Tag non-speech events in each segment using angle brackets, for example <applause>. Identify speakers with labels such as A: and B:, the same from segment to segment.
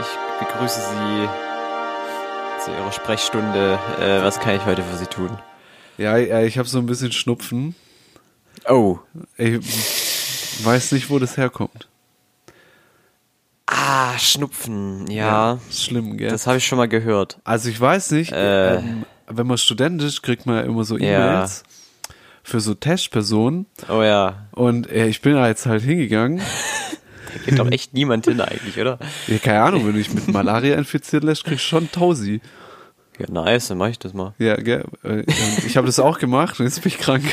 A: Ich begrüße Sie zu Ihrer Sprechstunde. Äh, was kann ich heute für Sie tun?
B: Ja, ja ich habe so ein bisschen Schnupfen.
A: Oh.
B: Ich weiß nicht, wo das herkommt.
A: Ah, Schnupfen, ja.
B: Ist schlimm, gell?
A: Das habe ich schon mal gehört.
B: also ich weiß nicht,
A: Äh.
B: ähm, wenn man Student ist, kriegt man ja immer so
A: Ja.
B: E-Mails für so Testpersonen.
A: Oh ja.
B: Und äh, ich bin da jetzt halt hingegangen.
A: Da geht doch echt niemand hin eigentlich, oder?
B: Ja, keine Ahnung, wenn du dich mit Malaria infiziert lässt, kriegst du schon Tausi.
A: Ja, nice, dann mache ich das mal.
B: Ja, gell? Äh, und ich habe das auch gemacht und jetzt bin ich krank.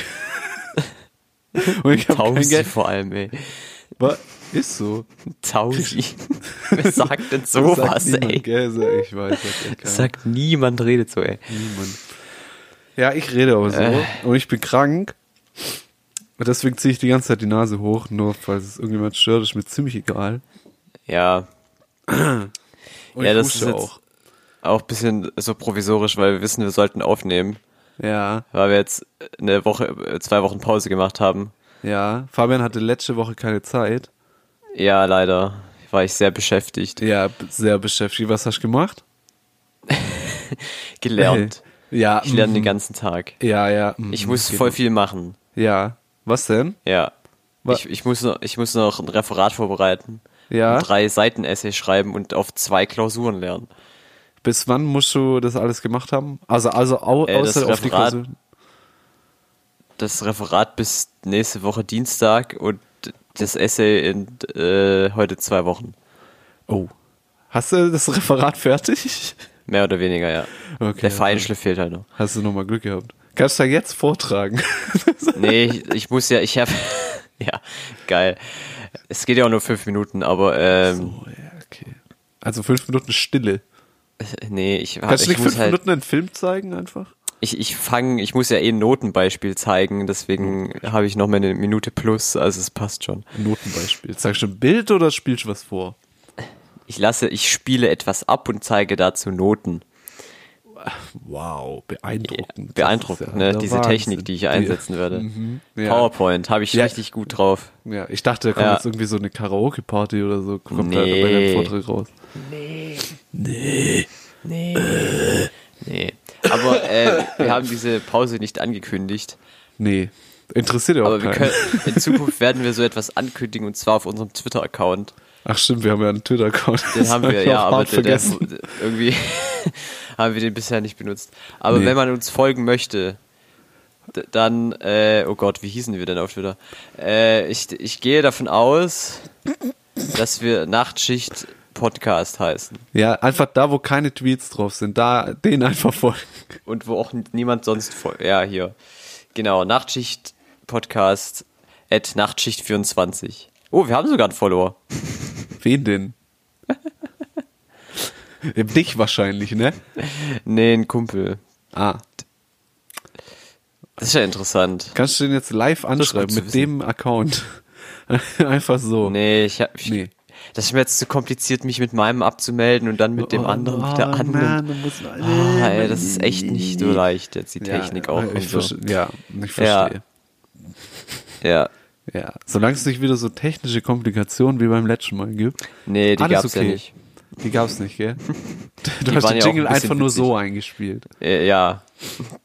B: Und ich habe kein
A: Tausi
B: Geld.
A: vor allem, ey.
B: Wa- Ist so.
A: <laughs> Tausi. Wer sagt <laughs> denn
B: Das sagt
A: sowas,
B: niemand,
A: ey?
B: Gell? Sag- Ich weiß, sagt echt keiner.
A: Sagt niemand, redet so, ey.
B: niemand. Ja, ich rede aber so
A: Äh.
B: und ich bin krank. Und deswegen ziehe ich die ganze Zeit die Nase hoch, nur falls es irgendjemand stört, ist mir ziemlich egal.
A: Ja,
B: Und
A: ja,
B: ich
A: das
B: huste
A: ist jetzt auch. ein bisschen so provisorisch, weil wir wissen, wir sollten aufnehmen,
B: Ja,
A: weil wir jetzt eine Woche, äh, zwei Wochen Pause gemacht haben.
B: ja. Fabian hatte letzte Woche keine Zeit.
A: Ja, leider war ich sehr beschäftigt.
B: Ja, b- sehr beschäftigt. Was hast du gemacht?
A: Gelernt.
B: Ja.
A: Ich lerne den
B: mhm.
A: ganzen Tag.
B: Ja, ja. mhm,
A: Ich muss
B: geht
A: voll
B: noch.
A: viel machen.
B: Ja. Was denn?
A: Ja.
B: Wa-
A: Ich, ich, muss noch, ich muss noch ein Referat vorbereiten.
B: Ja.
A: Und drei Seiten-Essay schreiben und auf zwei Klausuren lernen.
B: Bis wann musst du das alles gemacht haben? Also, also au
A: Äh, das
B: außer auf die
A: Referat-
B: Klausur.
A: Das Referat bis nächste Woche Dienstag und das Essay in äh, heute zwei Wochen.
B: Oh. Hast du das Referat fertig?
A: Mehr oder weniger, ja.
B: Okay.
A: Der Feinschliff fehlt halt noch.
B: Hast du nochmal Glück gehabt. Kannst du da jetzt vortragen?
A: Nee, ich, ich muss ja, ich habe <laughs> ja, geil. Es geht ja auch nur fünf Minuten, aber ähm,
B: <laughs> Oh, ja, okay. Also fünf Minuten Stille.
A: nee, ich, hab,
B: Kannst du
A: ich
B: nicht fünf
A: muss halt,
B: Minuten einen Film zeigen einfach?
A: ich, ich fange, ich muss ja eh ein Notenbeispiel zeigen, deswegen habe ich noch mal eine Minute plus, also es passt schon.
B: Ein Notenbeispiel. Zeigst du ein Bild oder spielst du was vor?
A: Ich lasse, ich spiele etwas ab und zeige dazu Noten.
B: Wow, beeindruckend.
A: Beeindruckend,
B: Das ist ja
A: ne?
B: der
A: Diese
B: Wahnsinn.
A: Technik, die ich
B: <laughs>
A: einsetzen werde.
B: Mhm, ja.
A: PowerPoint habe ich
B: Ja.
A: richtig gut drauf.
B: Ja, ich dachte, da kommt
A: Ja.
B: jetzt irgendwie so eine Karaoke-Party oder so, kommt da bei
A: Nee.
B: deinem Vortrag raus.
A: Nee. Nee. Aber äh, wir haben diese Pause nicht angekündigt.
B: Nee, interessiert ja auch
A: Aber wir
B: keinen.
A: können, in Zukunft werden wir so etwas ankündigen und zwar auf unserem Twitter-Account.
B: <laughs> Ach stimmt, wir haben ja einen Twitter-Account.
A: Den haben
B: <laughs>
A: wir, ja, aber
B: hart
A: der, der,
B: vergessen.
A: irgendwie <laughs> haben wir den bisher nicht benutzt. Aber
B: Nee.
A: wenn man uns folgen möchte, d- dann, äh, oh Gott, wie hießen wir denn auf Twitter? Äh, ich, ich gehe davon aus, dass wir Nachtschicht Podcast heißen
B: Ja, einfach da, wo keine Tweets drauf sind, da den einfach folgen.
A: und wo auch niemand sonst folgt. Ja, hier. Genau, Nachtschicht Podcast at Nachtschicht24. Oh, wir haben sogar einen Follower.
B: Wen
A: <laughs>
B: denn? Eben Dich wahrscheinlich, ne?
A: Nee, ein Kumpel.
B: Ah,
A: Das ist ja interessant.
B: kannst du den jetzt live
A: ist gut
B: anschreiben
A: zu
B: mit dem Account? <laughs> einfach so.
A: Nee, ich hab. Ich,
B: Nee.
A: Das ist mir jetzt zu kompliziert, mich mit meinem abzumelden und dann mit dem
B: Oh,
A: anderen
B: oh,
A: wieder an.
B: Mann, du musst-
A: Ah, ey, das ist echt nicht so leicht, jetzt die
B: Ja,
A: Technik auch.
B: Ich
A: und so.
B: verste- Ja, ich verstehe.
A: Ja.
B: Ja. Solange es nicht wieder so technische Komplikationen wie beim letzten Mal gibt.
A: Nee, die
B: Alles
A: gab's
B: okay.
A: ja nicht.
B: Die gab's nicht,
A: <laughs>
B: gell? Du hast
A: waren
B: den
A: ja auch
B: Jingle
A: ein bisschen
B: einfach nur
A: witzig.
B: so eingespielt.
A: Äh, ja.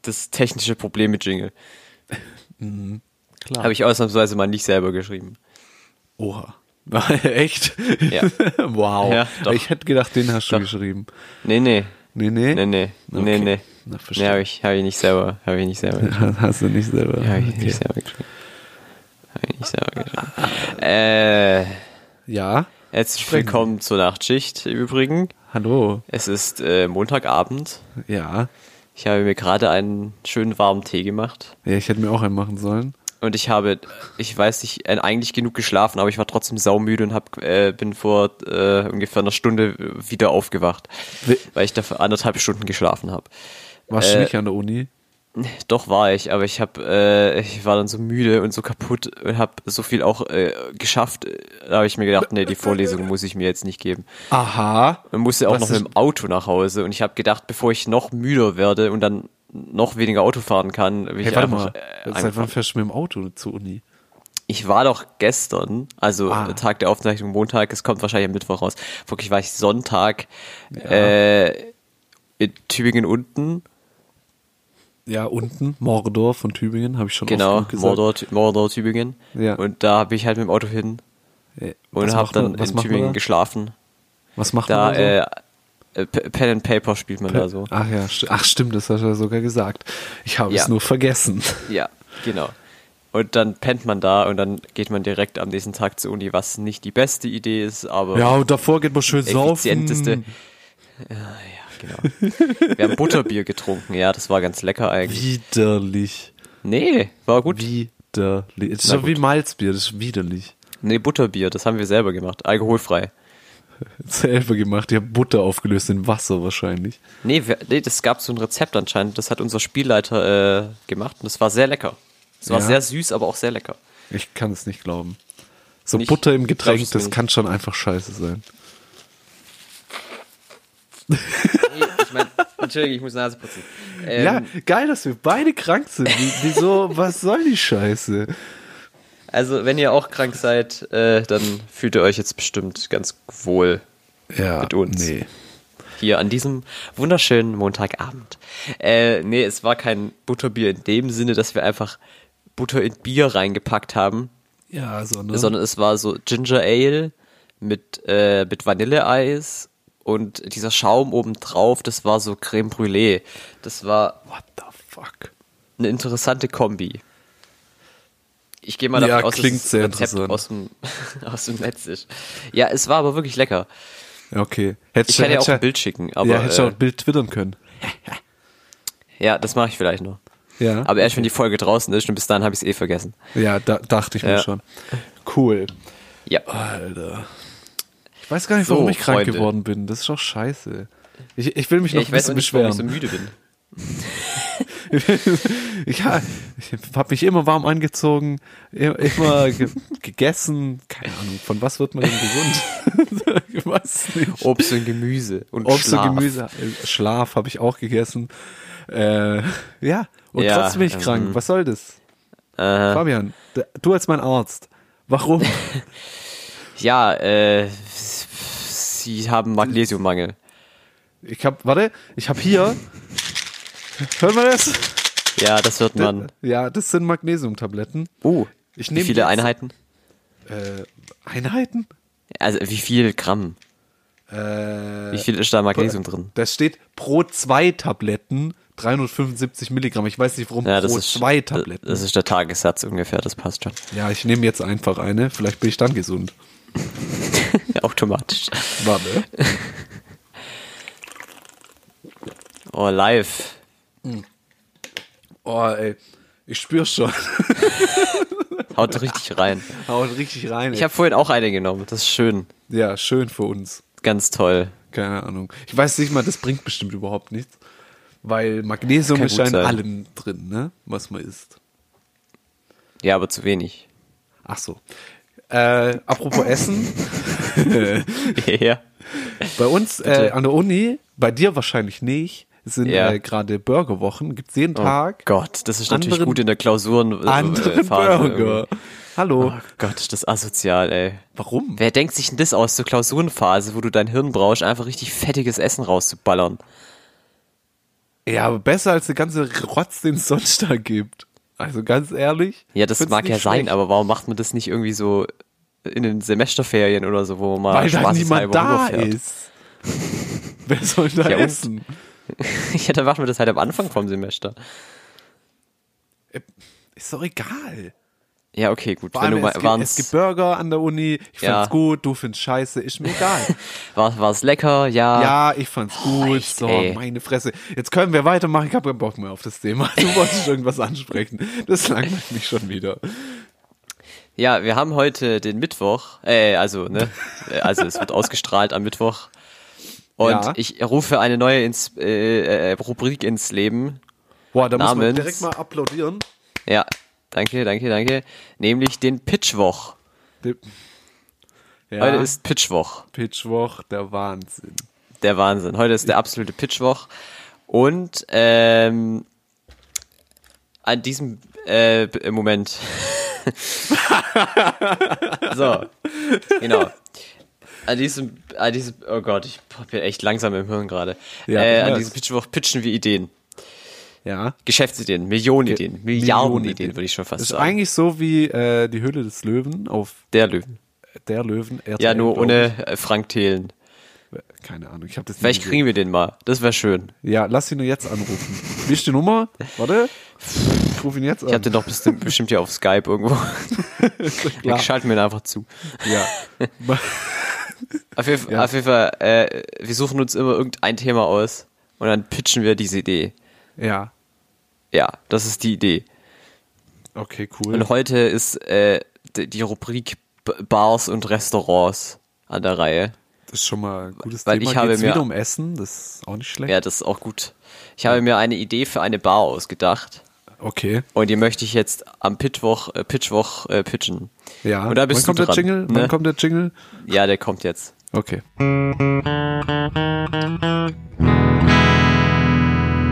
A: Das technische Problem mit Jingle.
B: Klar.
A: Habe ich ausnahmsweise mal nicht selber geschrieben.
B: Oha. <laughs> Echt?
A: Ja.
B: <laughs> wow.
A: Ja, doch.
B: ich hätte gedacht, den hast du
A: Doch.
B: geschrieben.
A: Nee, nee.
B: Nee, nee.
A: Nee, nee. Nee,
B: Okay.
A: nee.
B: Na,
A: Nee,
B: verstehe.
A: habe ich, hab ich nicht selber. Habe ich nicht selber. geschrieben.
B: Hast du nicht selber.
A: Ja, hab ich
B: okay.
A: nicht selber geschrieben. Habe ich nicht selber geschrieben. Äh.
B: ja.
A: Herzlich willkommen zur Nachtschicht im Übrigen.
B: Hallo.
A: Es ist äh, Montagabend.
B: Ja.
A: Ich habe mir gerade einen schönen warmen Tee gemacht.
B: Ja, ich hätte mir auch einen machen sollen.
A: Und ich habe, ich weiß nicht, äh, eigentlich genug geschlafen, aber ich war trotzdem saumüde und hab, äh, bin vor äh, ungefähr einer Stunde wieder aufgewacht,
B: Wi-
A: weil ich dafür anderthalb Stunden geschlafen habe.
B: Warst du
A: Äh,
B: nicht an der Uni?
A: Doch war ich, aber ich habe, äh, ich war dann so müde und so kaputt und habe so viel auch äh, geschafft. Da habe ich mir gedacht, nee, die Vorlesung muss ich mir jetzt nicht geben.
B: Aha.
A: Man musste auch
B: Was
A: noch
B: ist-
A: mit dem Auto nach Hause und ich habe gedacht, bevor ich noch müder werde und dann noch weniger Auto fahren kann, bin
B: Hey,
A: ich
B: warte
A: einfach
B: mal.
A: äh,
B: Seit wann
A: angefangen.
B: fährst du mit dem Auto zur Uni?
A: ich war doch gestern, also
B: Ah.
A: Tag der Aufzeichnung Montag, es kommt wahrscheinlich am Mittwoch raus. Wirklich war ich Sonntag äh, in Tübingen unten,
B: Ja, unten, Mordor von Tübingen, habe ich schon
A: genau,
B: oft genug gesagt.
A: Mordor, Tü- Mordor Tübingen.
B: Ja.
A: Und da habe ich halt mit dem Auto hin
B: Äh,
A: und
B: was
A: habe
B: macht man-
A: dann
B: was
A: in
B: macht man
A: Tübingen
B: da?
A: geschlafen.
B: Was macht
A: Da
B: man da so?
A: äh, äh, P- Pen and Paper spielt man da so.
B: Ach ja, sti- ach stimmt, das hast du ja sogar gesagt. Ich habe es
A: Ja.
B: nur vergessen.
A: Ja, genau. Und dann pennt man da und dann geht man direkt am nächsten Tag zur Uni, was nicht die beste Idee ist, aber
B: Ja, und davor geht man schön
A: effizienteste. Ah,
B: saufen.
A: Ja, ja, genau. Wir haben Butterbier getrunken, ja, das war ganz lecker eigentlich.
B: Widerlich.
A: Nee, war gut.
B: Widerlich. Das ist
A: Na
B: so wie Malzbier, das ist widerlich.
A: Nee, Butterbier, das haben wir selber gemacht, alkoholfrei.
B: Selber gemacht, ich habe Butter aufgelöst in Wasser wahrscheinlich.
A: Nee, wir, nee, das gab so ein Rezept anscheinend, das hat unser Spielleiter äh, gemacht und das war sehr lecker. Es war
B: Ja.
A: sehr süß, aber auch sehr lecker.
B: Ich kann es nicht glauben. So
A: Nicht-
B: Butter im Getränk,
A: glaubst
B: das
A: nicht.
B: kann schon einfach scheiße sein.
A: Nee, ich meine, Entschuldigung, ich muss Nase putzen. Ähm,
B: ja, geil, dass wir beide krank sind. Wie-
A: <laughs>
B: Wieso, was soll die Scheiße?
A: Also, wenn ihr auch krank seid, äh, dann fühlt ihr euch jetzt bestimmt ganz wohl
B: Ja,
A: Mit uns.
B: nee.
A: hier an diesem wunderschönen Montagabend. Äh, nee, es war kein Butterbier in dem Sinne, dass wir einfach Butter in Bier reingepackt haben,
B: Ja, sondern,
A: sondern es war so Ginger Ale mit, äh, mit Vanilleeis und dieser Schaum obendrauf, das war so Creme Brûlée. Das war
B: What the fuck?
A: eine interessante Kombi. Ich gehe mal davon
B: Ja,
A: aus,
B: klingt
A: dass das
B: sehr
A: Rezept
B: interessant.
A: aus dem, <laughs> aus dem Netz ist. Ja, es war aber wirklich lecker.
B: Okay. Hättest
A: Ich
B: du-
A: kann dir auch
B: hättest du-
A: ein Bild schicken, aber
B: ja, hättest du auch
A: äh,
B: ein Bild twittern können.
A: ja, das mache ich vielleicht noch.
B: Ja.
A: Aber erst wenn die Folge draußen ist und bis dahin habe ich es eh vergessen.
B: Ja, da, dachte ich mir
A: Ja.
B: schon. Cool.
A: Ja.
B: Ah, Alter. Ich weiß gar nicht,
A: So,
B: warum ich krank
A: Freunde.
B: geworden bin. Das ist doch scheiße. Ich, ich will mich noch
A: ich
B: ein
A: weiß
B: bisschen
A: auch nicht, warum ich so
B: beschweren.
A: müde bin.
B: <laughs> ja, ich habe mich immer warm angezogen, i- immer
A: <laughs>
B: ge gegessen. Keine Ahnung, von was wird man denn
A: <laughs>
B: gesund? ich weiß nicht.
A: Obst und Gemüse und
B: Obst
A: Schlaf.
B: und Gemüse, äh, Schlaf habe ich auch gegessen. Äh, ja, und
A: Ja,
B: trotzdem bin ich
A: ähm, äh.
B: krank. Was soll das? Fabian, d- du als mein Arzt. Warum?
A: Ja, äh, sie haben Magnesiummangel.
B: Ich hab, warte, ich hab hier. Hört man das?
A: Ja, das wird man.
B: Ja, das sind Magnesiumtabletten.
A: Uh,
B: Ich
A: wie
B: nehm
A: viele
B: jetzt-
A: Einheiten?
B: Äh, Einheiten?
A: Also wie viel Gramm?
B: Äh,
A: Wie viel ist da Magnesium drin?
B: Das steht pro zwei Tabletten 375 Milligramm. Ich weiß nicht, warum
A: Ja, das
B: pro
A: ist äh,
B: zwei Tabletten.
A: Das ist der Tagessatz ungefähr, das passt schon.
B: ja, ich nehme jetzt einfach eine. Vielleicht bin ich dann gesund.
A: Automatisch. <laughs>
B: Warte.
A: Oh, live.
B: Oh, ey. Ich spüre schon. <laughs>
A: Haut richtig rein.
B: Haut richtig rein.
A: Ich
B: Ey.
A: habe vorhin auch eine genommen. Das ist schön.
B: Ja, schön für uns.
A: Ganz toll.
B: Keine Ahnung. Ich weiß nicht mal, das bringt bestimmt überhaupt nichts. Weil Magnesium
A: Kann
B: ist ja
A: gut
B: in
A: sein.
B: allem drin, ne? Was man isst.
A: Ja, aber zu wenig.
B: Ach so. Äh, apropos Essen,
A: ja.
B: bei uns äh, an der Uni, bei dir wahrscheinlich nicht, sind
A: Ja. Oh
B: äh, gerade Burgerwochen. Gibt es jeden Tag
A: Gott, das ist natürlich
B: Anderen-
A: gut in der Klausuren. äh,
B: anderen
A: Phase
B: Burger.
A: irgendwie.
B: Hallo.
A: Oh Gott, ist das asozial, ey.
B: Warum?
A: Wer denkt sich denn das aus zur Klausurenphase, wo du dein Hirn brauchst, einfach richtig fettiges Essen rauszuballern?
B: Ja, aber besser als eine ganze Rotz, den es sonst da gibt. Also ganz ehrlich.
A: Ja, das
B: find's
A: mag
B: nicht
A: ja sein,
B: schlecht.
A: aber warum macht man das nicht irgendwie so in den Semesterferien oder so, wo man
B: Weil da
A: spaßeshalber
B: niemand da
A: rüberfährt?
B: ist. <laughs> Wer soll da
A: Ja, und?
B: essen?
A: <laughs> ja, dann machen wir das halt am Anfang vom Semester.
B: Ist doch egal.
A: Ja, okay, gut.
B: Vor
A: Wenn du
B: allem,
A: mal,
B: es, gibt, es gibt
A: war's,
B: Burger an der Uni. Ich
A: Ja.
B: fand's gut, du findest scheiße, ist mir egal.
A: war, war's lecker, ja.
B: Ja, ich fand's gut.
A: Ah. Oh, echt,
B: so,
A: ey.
B: meine Fresse. Jetzt können wir weitermachen. Ich hab keinen Bock mehr auf das Thema. Du wolltest irgendwas ansprechen. Das langweilt mich schon wieder.
A: Ja, wir haben heute den Mittwoch, äh, also,
B: <laughs>
A: ne, äh, also es wird ausgestrahlt am Mittwoch. Und
B: Ja.
A: ich rufe eine neue ins, äh, äh, Rubrik ins Leben.
B: Boah, da muss man
A: Namens.
B: direkt mal applaudieren.
A: Ja, danke, danke, danke. Nämlich den Pitchwoch.
B: Die- Ja,
A: Heute ist Pitchwoch.
B: Pitchwoch der Wahnsinn.
A: Der Wahnsinn. Heute ist der absolute Pitchwoch. Und ähm, an diesem äh, B- Moment <laughs> so, genau. An diesem, an diesem, oh Gott, ich bin echt langsam im Hirn gerade.
B: Ja,
A: äh,
B: ich
A: an
B: merk's.
A: diesem Pitchwoch pitchen wir Ideen.
B: Ja.
A: Geschäftsideen, Millionen Ideen, Milliarden
B: Millionen
A: Ideen, würde ich schon fast
B: Das ist
A: sagen.
B: eigentlich so wie äh, die Höhle des Löwen auf
A: Der Löwen.
B: der Löwen. RTL,
A: Ja, nur
B: glaub
A: ohne äh, Frank Thelen.
B: ich. Keine Ahnung, ich habe das
A: Vielleicht
B: nie
A: kriegen wir den mal. Das wäre schön.
B: gesehen. Ja, lass ihn nur jetzt anrufen. Wie ist die Nummer? Warte. Ich ruf ihn jetzt an.
A: Ich hab den doch
B: <laughs>
A: bestimmt, bestimmt hier auf Skype irgendwo.
B: klar.
A: Ich schalte mir den einfach zu.
B: Ja.
A: <laughs> Auf jeden, auf jeden Fall, äh, wir suchen uns immer irgendein Thema aus und dann pitchen wir diese Idee.
B: ja.
A: Ja, das ist die Idee.
B: Okay, cool.
A: Und heute ist äh, d- die Rubrik B Bars und Restaurants an der Reihe.
B: Das ist schon mal ein gutes
A: Weil
B: Thema.
A: ich habe
B: Geht's
A: mir-
B: wieder um Essen, das ist auch nicht schlecht.
A: Ja, das ist auch gut. Ich habe mir eine Idee für eine Bar ausgedacht
B: Okay.
A: und die möchte ich jetzt am Pitwoch, äh, Pitchwoch äh, pitchen.
B: Ja.
A: Und da bist
B: Wann kommt
A: du
B: der
A: dran,
B: Jingle?
A: ne?
B: Wann kommt der Jingle?
A: Ja, der kommt jetzt.
B: Okay.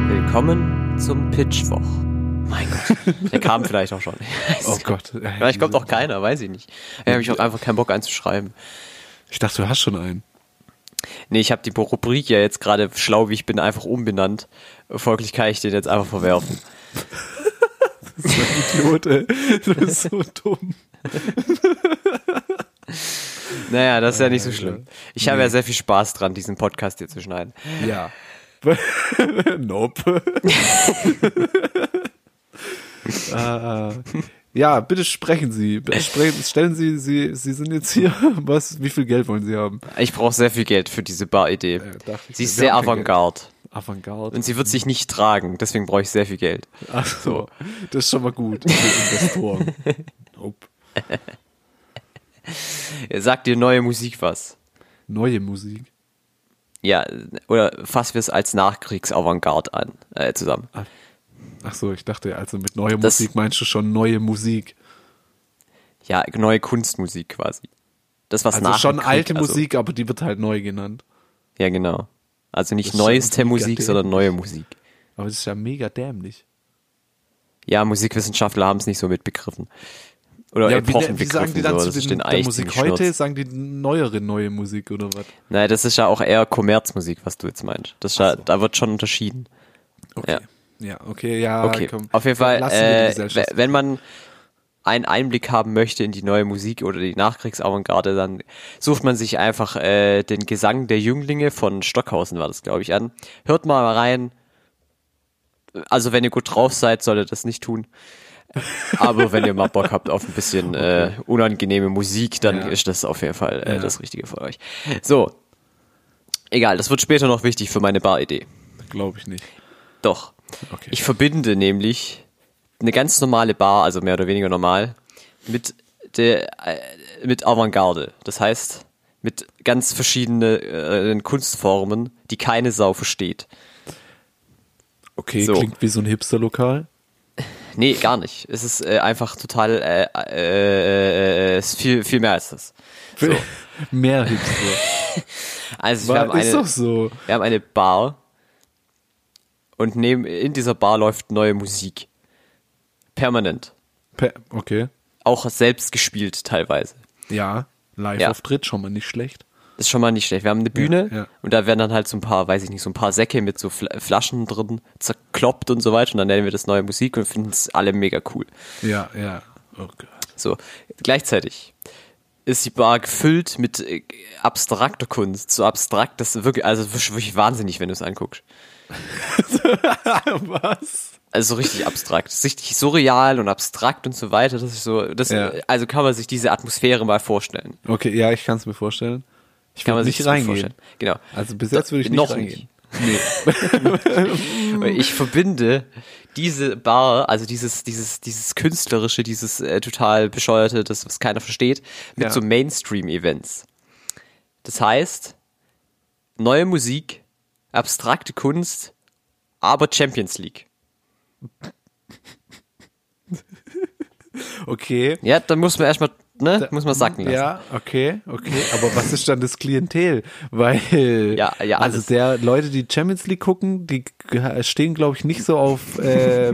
A: Willkommen zum Pitchwoch. Mein Gott, <laughs> der kam vielleicht
B: <laughs>
A: auch schon.
B: Oh Gott. Ja,
A: Vielleicht kommt auch keiner, weiß ich nicht. Da habe ich auch einfach keinen Bock einzuschreiben.
B: Ich dachte, du hast schon einen.
A: Nee, ich habe die Rubrik ja jetzt gerade schlau, wie ich bin, einfach umbenannt. Folglich kann ich den jetzt einfach verwerfen.
B: Idiot, ey. Du bist
A: <laughs>
B: so dumm.
A: Naja, das ist ja nicht so schlimm. Ich habe ja sehr viel Spaß dran, diesen Podcast hier zu schneiden.
B: Ja. <laughs> nope. <laughs> Ah, ja, bitte sprechen Sie. Bitte sprechen, stellen Sie, Sie, Sie sind jetzt hier. Was, wie viel Geld wollen Sie haben?
A: Ich brauche sehr viel Geld für diese Bar-Idee.
B: dachte Äh, ich,
A: Sie ist
B: wir
A: sehr
B: haben kein
A: avantgarde.
B: Avantgarde.
A: Und sie wird sich nicht tragen, deswegen brauche ich sehr viel Geld.
B: Ach so, das ist schon mal gut für Investoren.
A: <laughs>
B: Nope.
A: Äh, Sagt dir neue Musik was?
B: Neue Musik.
A: Ja, oder fassen wir es als Nachkriegs-Avantgarde an, äh, zusammen.
B: Ach so, ich dachte, also mit neuer
A: Das-
B: Musik meinst du schon neue Musik.
A: Ja, neue Kunstmusik quasi. Das, was
B: Also
A: nach dem
B: schon
A: Krieg,
B: alte
A: also-
B: Musik, aber die wird halt neu genannt.
A: Ja, genau. Also nicht
B: Das ist ja
A: neueste
B: mega
A: Musik, sondern neue Musik.
B: Aber das ist ja mega dämlich.
A: Ja, Musikwissenschaftler haben es nicht so mitbegriffen. Oder
B: ja,
A: Epochen
B: wie, wie sagen die dann
A: so,
B: zu
A: das
B: den,
A: steht
B: der
A: eigentlich
B: Musik
A: ziemlich
B: heute?
A: schnurz.
B: Sagen die neuere neue Musik oder was?
A: Nein, das ist ja auch eher Kommerzmusik, was du jetzt meinst. Das ist ja,
B: so.
A: Da wird schon unterschieden.
B: Okay.
A: Ja.
B: Ja, okay, ja,
A: Okay,
B: Ah, komm.
A: auf jeden Fall,
B: Lassen wir die
A: äh,
B: Gesellschaft.
A: we- wenn man einen Einblick haben möchte in die neue Musik oder die Nachkriegsavantgarde, dann sucht man sich einfach äh, den Gesang der Jünglinge von Stockhausen, war das, glaube ich, an. Hört mal rein. Also, wenn ihr gut drauf seid, solltet ihr das nicht tun. Aber wenn ihr mal Bock habt auf ein bisschen
B: <laughs>
A: äh, unangenehme Musik, dann
B: Ja.
A: ist das auf jeden Fall äh, das Richtige für euch. So. Egal, das wird später noch wichtig für meine Baridee.
B: Glaube ich nicht.
A: Doch.
B: Okay.
A: Ich verbinde nämlich eine ganz normale Bar, also mehr oder weniger normal, mit der äh, mit Avantgarde. Das heißt, mit ganz verschiedenen äh, Kunstformen, die keine Sau versteht.
B: Okay,
A: So.
B: klingt wie so ein Hipster-Lokal.
A: Nee, gar nicht. Es ist äh, einfach total äh, äh, äh, es ist viel, viel mehr als das.
B: <laughs> Mehr Hipster.
A: Also wir haben,
B: War, ist
A: eine,
B: doch so.
A: wir haben eine Bar und neben, in dieser Bar läuft neue Musik. Permanent.
B: Pe okay.
A: Auch selbst gespielt teilweise.
B: Ja, Live-Auftritt, schon mal nicht schlecht.
A: ist schon mal nicht schlecht. Wir haben eine Bühne
B: ja.
A: und da werden dann halt so ein paar, weiß ich nicht, so ein paar Säcke mit so Fl Flaschen drin zerkloppt und so weiter und dann nennen wir das neue Musik und finden es alle mega cool.
B: Ja, ja. Oh
A: <laughs>
B: Gott.
A: So, gleichzeitig ist die Bar gefüllt mit äh, abstrakter Kunst, so abstrakt, das ist wirklich, also das ist wirklich wahnsinnig, wenn du es anguckst.
B: Was?
A: Also so richtig abstrakt, so richtig surreal und abstrakt und so weiter, das ist so, das,
B: Ja.
A: also kann man sich diese Atmosphäre mal vorstellen.
B: Okay, ja, ich kann es mir vorstellen. Ich
A: Kann man
B: würd
A: sich
B: nicht
A: das gut
B: reingehen.
A: vorstellen. Genau.
B: Also bis jetzt würde ich nicht
A: Noch
B: reingehen.
A: Weil ich verbinde diese Bar, also dieses, dieses, dieses künstlerische, dieses äh, total bescheuerte, das, was keiner versteht, mit
B: Ja.
A: so Mainstream-Events. Das heißt, neue Musik, abstrakte Kunst, aber Champions League.
B: Okay.
A: Ja, dann muss man erstmal, ne, muss man <laughs> sacken lassen.
B: Ja, okay, okay. Aber was ist dann das Klientel? Weil
A: <laughs> Ja, ja,
B: also
A: alles. <laughs>
B: der Leute, die Champions League gucken, die stehen, glaube ich, nicht so auf äh,